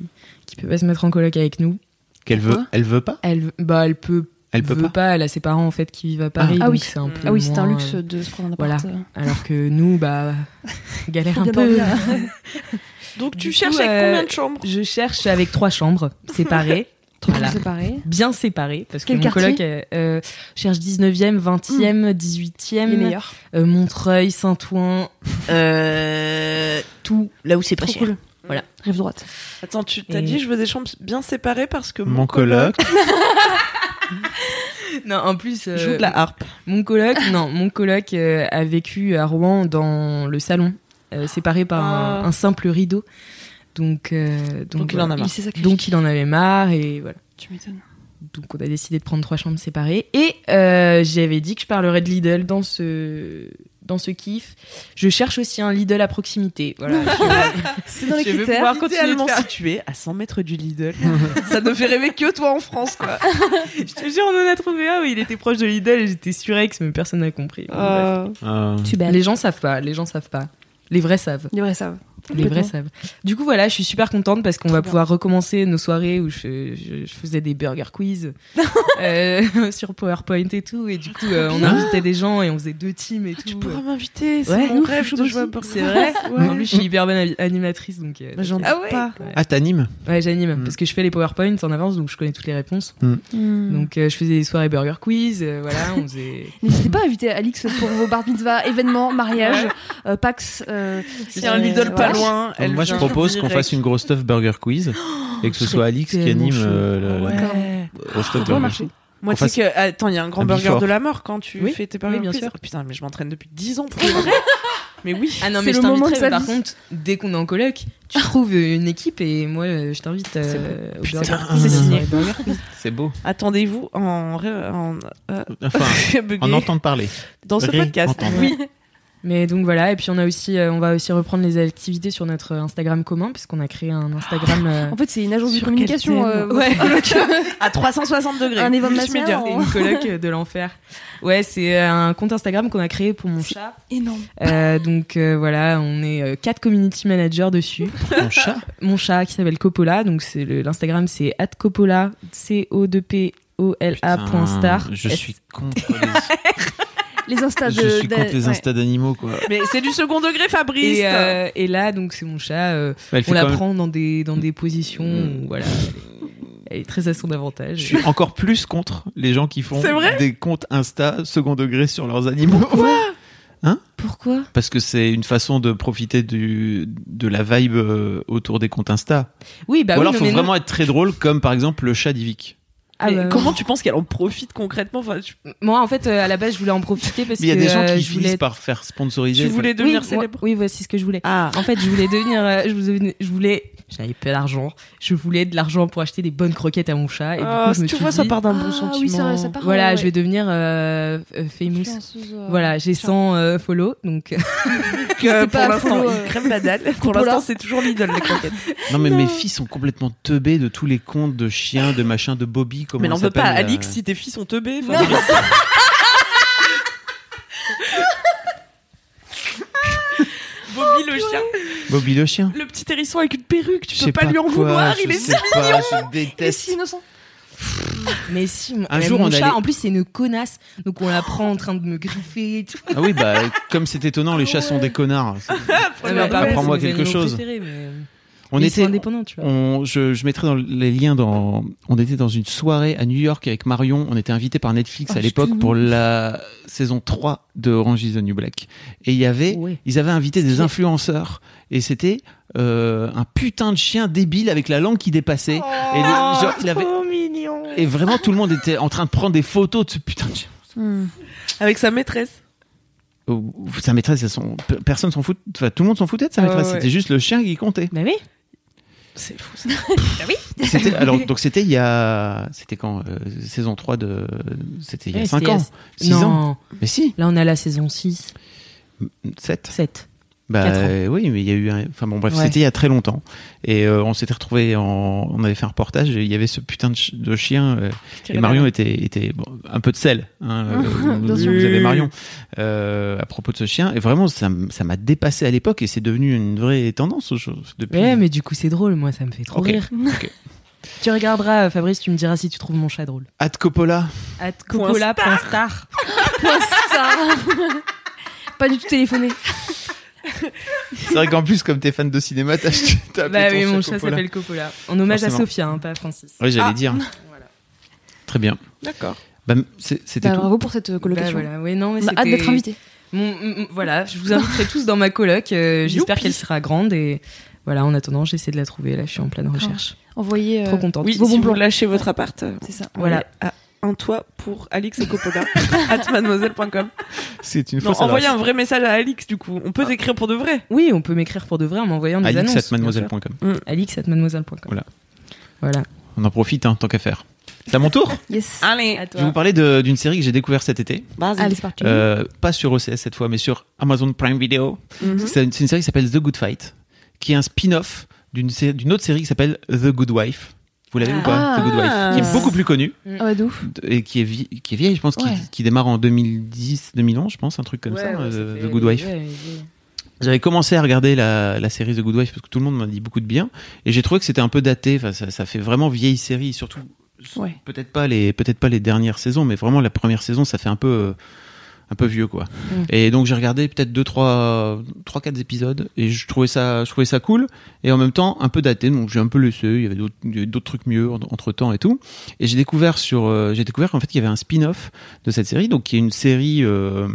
qui peut pas se mettre en coloc avec nous. Qu'elle veut, elle veut pas Elle, bah, elle peut, Elle peut veut pas. Elle a ses parents en fait qui vivent à Paris. Ah donc oui. c'est un peu Ah oui, c'est un moins, luxe euh, de se prendre un euh, voilà. appart. euh, alors que nous, <laughs> bah, galère faut un bien peu. dormir. Donc tu Du cherches coup, avec euh, combien de chambres Je cherche avec trois chambres <laughs> séparées. Trop Voilà. séparés. bien séparés parce que Quel mon quartier coloc euh, euh, cherche 19e, 20e, 18e, Les meilleurs. euh, Montreuil, Saint-Ouen, euh, tout là où c'est pas Trop cher. cool. Voilà. Rive droite. Attends, tu t'as et- dit je veux des chambres bien séparées parce que Mon coloc. Non, en plus <laughs> euh, joue de la harpe. mon coloc, non, mon coloc euh, a vécu à Rouen dans le salon euh, séparé par un, Ah. un simple rideau. Donc euh, donc, Donc il en voilà. a marre. Il s'est sacrifié. Donc il en avait marre et voilà. Tu m'étonnes. Donc on a décidé de prendre trois chambres séparées. Et euh, j'avais dit que je parlerais de Lidl dans ce, dans ce kiff. Je cherche aussi un Lidl à proximité. <laughs> Voilà. C'est dans les Je veux critères. pouvoir continuer de Idéalement, faire... situé à 100 mètres du Lidl. <laughs> ça ne fait rêver que toi en France, quoi. je te jure, on en a trouvé un où il était proche de Lidl et j'étais surex, mais personne n'a compris. Bon, Ah. bref. Euh, Tu belles. Les gens savent pas, les gens savent pas. Les vrais savent. Les vrais savent. Les vrais Complètement. savent. Du coup, voilà, je suis super contente parce qu'on va bien. pouvoir recommencer nos soirées où je, je- je faisais des burger <laughs> quiz euh, <laughs> sur PowerPoint et tout. Et du coup, euh, on Ah. invitait des gens et on faisait deux teams et tout. Tu pourras m'inviter, c'est Ouais, mon nous, rêve faut de aussi. jouer à Burger C'est vrai. Quiz. En plus, je suis hyper bonne avi- animatrice, donc. euh, Bah, j'en t'inquiète. doute pas. Ah, t'animes Ouais, j'anime Mm. parce que je fais les PowerPoints en avance, donc je connais toutes les réponses. Donc, Donc, euh, je faisais des soirées burger quiz, euh, voilà, on <laughs> faisait. N'hésitez pas à inviter Alix pour vos bar mitzvah, événements, mariages, euh, Pax. euh, S'il y a un euh, Lidl pas voilà. loin, elle Moi, je vient propose en qu'on direct. fasse une grosse stuff burger quiz et que ce je soit serais Alix qui tellement anime chaud. euh, le- la Ouais. grosse stuff Pourquoi burger. marcher Ah Moi, qu'on tu sais que. euh, Attends, il y a un grand un burger before. de la mort quand tu Oui, fais tes burgers. oui, bien quiz. sûr. Oh, putain, mais je m'entraîne depuis 10 ans pour le vrai. Mais oui. Ah non, C'est mais je le moment de t'inviterai, sa mais par vie. contre, dès qu'on est en coloc, tu trouves une équipe et moi, euh, je t'invite euh, au Putain, burger c'est quiz. signé. C'est beau. Attendez-vous en. ré- en euh, Enfin, <laughs> bugué. en entendre parler. Dans ce Ré- podcast. entendre. Oui. Mais donc voilà, et puis on a aussi, euh, on va aussi reprendre les activités sur notre euh, Instagram commun, puisqu'on a créé un Instagram. euh, <laughs> En fait, c'est une agence de Sur quel thème communication. euh, votre <laughs> Ouais. coloc. <laughs> À 360 degrés. Un événement Plus national, média. C'est une coloc euh, de l'enfer. Ouais, c'est euh, un compte Instagram qu'on a créé pour mon chat. Énorme. Euh, donc euh, voilà, on est euh, quatre community managers dessus. Mon chat <laughs> Mon chat qui s'appelle Coppola, donc c'est le- l'Instagram c'est @coppola c o 2 p o l a Putain, point star. Je S- suis contre <laughs> les, Les instas de. je suis de- contre les ouais. instas d'animaux, quoi. Mais c'est du second degré, Fabrice. Et, euh, et là donc c'est mon chat. euh, Elle fait on la quand même- prend dans des dans des positions où, voilà. Elle est, elle est très à son avantage. Je suis encore plus contre les gens qui font C'est vrai des comptes Insta second degré sur leurs <laughs> animaux. Pourquoi Parce que c'est une façon de profiter du, de la vibe euh, autour des comptes Insta. Oui, bah Ou oui, alors, non, faut mais non. vraiment être très drôle, comme par exemple le chat d'Ivic. Ah, Mais bah, comment tu penses qu'elle en profite concrètement enfin, tu, Moi en fait euh, à la base je voulais en profiter parce Mais il y a que des gens euh, qui je voulais finissent par faire sponsoriser. tu voulais oui, devenir moi- célèbre oui, voici ce que je voulais. Ah, En fait, je voulais devenir. euh, je voulais. Je voulais j'avais pas d'argent. Je voulais de l'argent pour acheter des bonnes croquettes à mon chat. Ah, Et du coup, je me oh, tu suis vois, ça dit, part d'un bon Ah sentiment. oui, ça, ça part. Voilà, ouais, je vais devenir euh, euh, famous. Influenceuse, euh, Voilà, j'ai chat. 100 euh, follow, donc Donc, euh, C'est pour pas l'instant, follow, il euh, crève la dalle. Pour Coppola. l'instant, c'est toujours l'idole, les croquettes. Non, mais mes filles sont complètement teubées de tous les comptes de chiens, de machin, de Bobby. Comment Mais n'en elle veut pas, s'appelle, Alix, euh, si tes filles sont teubées. Non. Fabrice. <laughs> Bobby le chien, Bobby le chien. le petit hérisson avec une perruque, tu Je peux sais pas, lui en quoi, vouloir, je il <laughs> est sais pas, Je Il est déteste. si innocent. <laughs> mais si Un un jour, jour on mon chat allait- en plus c'est une connasse donc on la prend en train de me griffer et tout. Ah oui, bah, comme c'est étonnant, les chats sont des connards. Ah, bah, ouais, apprends-moi c'est mes quelque animaux chose. préférés, mais... On mais ils sont était, indépendants, tu vois. on- je, je mettrai dans les liens dans, on était dans une soirée à New York avec Marion. On était invité par Netflix Oh, à l'époque excuse-nous. pour la saison 3 de Orange is the New Black. Et il y avait, Ouais. ils avaient invité des influenceurs. Et Oh. c'était, euh, un putain de chien débile avec la langue qui dépassait. et le- genre, il avait mignon. Et vraiment, tout le monde était en train de prendre des photos de ce putain de chien. <laughs> Oh, Hmm. Avec sa maîtresse. Ou- ou Sa maîtresse, elle s'en- pe- personne s'en fout. Enfin, tout le monde s'en foutait de sa Ouais, maîtresse. ouais. C'était juste le chien qui comptait. Bah oui. C'est fou ça. <laughs> C'était- alors, donc c'était il y a. C'était quand euh, Saison 3 de. C'était il y a Ouais, 5 c'était il y ans. a- 6 non. ans. Mais si, Là, on a la saison 6, 7. 7. Bah Quatre ans. euh, oui, mais il y a eu un... Enfin bon, bref, Ouais. c'était il y a très longtemps. Et euh, on s'était retrouvés en... On avait fait un reportage et il y avait ce putain de, ch- de chien. euh, et Marion était, était bon, un peu de sel. <laughs> Hein, euh, Bien vous sûr. avez Marion. euh, à propos de ce chien. Et vraiment, ça m- ça m'a dépassé à l'époque et c'est devenu une vraie tendance aujourd'hui. Depuis... Ouais, mais du coup, c'est drôle. Moi, ça me fait trop Ok, rire. <laughs> Tu regarderas, euh, Fabrice, tu me diras si tu trouves mon chat drôle. At Coppola. At Coppola.star. Ça. <laughs> Pas du tout téléphoné. C'est vrai qu'en plus, comme t'es fan de cinéma, t'as acheté. t'as appelé Bah ton oui, mon chat Coppola. s'appelle Coppola. En hommage à Forcément. Sophia, hein, pas à Francis. Oui, j'allais Ah. <laughs> dire. Très bien. D'accord. Bah, c'est- C'était Bah, tout. bravo pour cette euh, Bah colocation. voilà, ouais, non, mais On a hâte c'était- d'être invité. Mon- mm, mm, voilà, je vous inviterai tous dans ma coloc. euh, J'espère Youpi. qu'elle sera grande et voilà. En attendant, j'essaie de la trouver. Là, je suis en pleine recherche. Envoyez. euh, Trop contente. Oui, Vos si bons vous plans. lâchez votre appart, euh, C'est ça. Voilà. à un toit pour Alix et <laughs> Coppola, at mademoiselle.com. C'est une Non, fausse envoyez un adresse. vrai message à Alix, du coup. Ah. On peut t'écrire pour de vrai. Oui, on peut m'écrire pour de vrai en m'envoyant des Alix annonces. at mademoiselle.com. Alix at mademoiselle.com. Voilà. Voilà. On en profite, hein, tant qu'à faire. C'est à mon tour Yes. Allez, À Je vais vous toi. parler de- d'une série que j'ai découverte cet été. Allez, c'est parti. Euh, pas sur OCS cette fois, mais sur Amazon Prime Video. Hum. Mhm. C'est une, c'est une série qui s'appelle The Good Fight, qui est un spin-off d'une sé- d'une autre série qui s'appelle The Good Wife. Vous l'avez ou pas Ah. The Good Wife. Qui est beaucoup plus connue Ah ouais, de ouf. et qui est, vie- qui est vieille, je pense, qui- Ouais. qui, démarre en 2010, 2011, je pense, un truc comme ça, euh, The Good Wife. J'avais commencé à regarder la, la série The Good Wife parce que tout le monde m'a dit beaucoup de bien et j'ai trouvé que c'était un peu daté. Enfin, ça, ça fait vraiment vieille série, surtout Ouais. peut-être pas les peut-être pas les dernières saisons, mais vraiment la première saison, ça fait un peu euh, un peu vieux quoi. Mm. Et donc j'ai regardé peut-être deux trois trois quatre épisodes et je trouvais ça je trouvais ça cool et en même temps un peu daté donc j'ai un peu laissé. Il y avait d'autres il y avait d'autres trucs mieux entre temps et tout. Et j'ai découvert sur euh, j'ai découvert qu'en fait il y avait un spin-off de cette série donc qui est une série euh,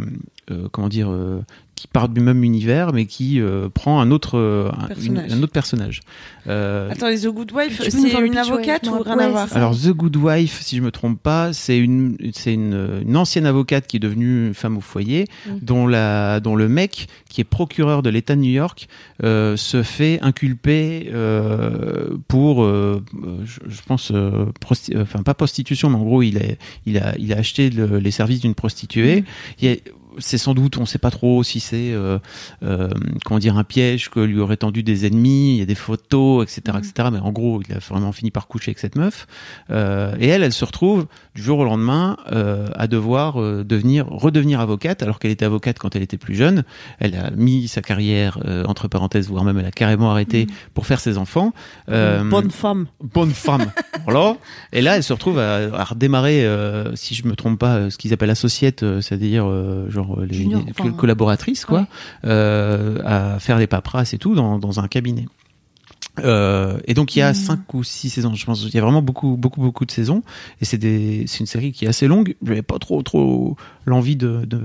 euh, comment dire euh, qui part du même univers mais qui euh, prend un autre euh, un, Personnage. Ah, une- un autre personnage. Euh, Attends, les The Good Wife, Tu peux nous c'est faire le une pitch, ouais, avocate je me ou rien rappelle. à Ouais, voir c'est ça. alors The Good Wife, si je me trompe pas, c'est une c'est une, une ancienne avocate qui est devenue une femme au foyer, dont la dont le mec qui est procureur de l'État de New York euh, se fait inculper euh, pour euh, je, je pense euh, prosti- euh, enfin pas prostitution, mais en gros il est il a il a acheté le- les services d'une prostituée. Il y a- c'est sans doute, on ne sait pas trop si c'est euh, euh, comment dire un piège que lui auraient tendu des ennemis. Il y a des photos, etc., etc. Mais en gros, il a vraiment fini par coucher avec cette meuf. Euh, et elle, elle se retrouve du jour au lendemain euh, à devoir euh, devenir, redevenir avocate, alors qu'elle était avocate quand elle était plus jeune. Elle a mis sa carrière euh, entre parenthèses, voire même elle a carrément arrêté pour faire ses enfants. Euh, Bonne femme. bonne femme. <laughs> voilà. Et là, elle se retrouve à, à redémarrer, euh, si je me trompe pas, euh, ce qu'ils appellent associate, euh, c'est-à-dire euh, genre euh, les, Junior, les- enfin, co- collaboratrices, quoi, ouais. euh, à faire des paperasses et tout dans, dans un cabinet. Euh, et donc il y a Mm. cinq ou six saisons, je pense. Il y a vraiment beaucoup, beaucoup, beaucoup de saisons. Et c'est des, c'est une série qui est assez longue. J'avais pas trop, trop l'envie de, de,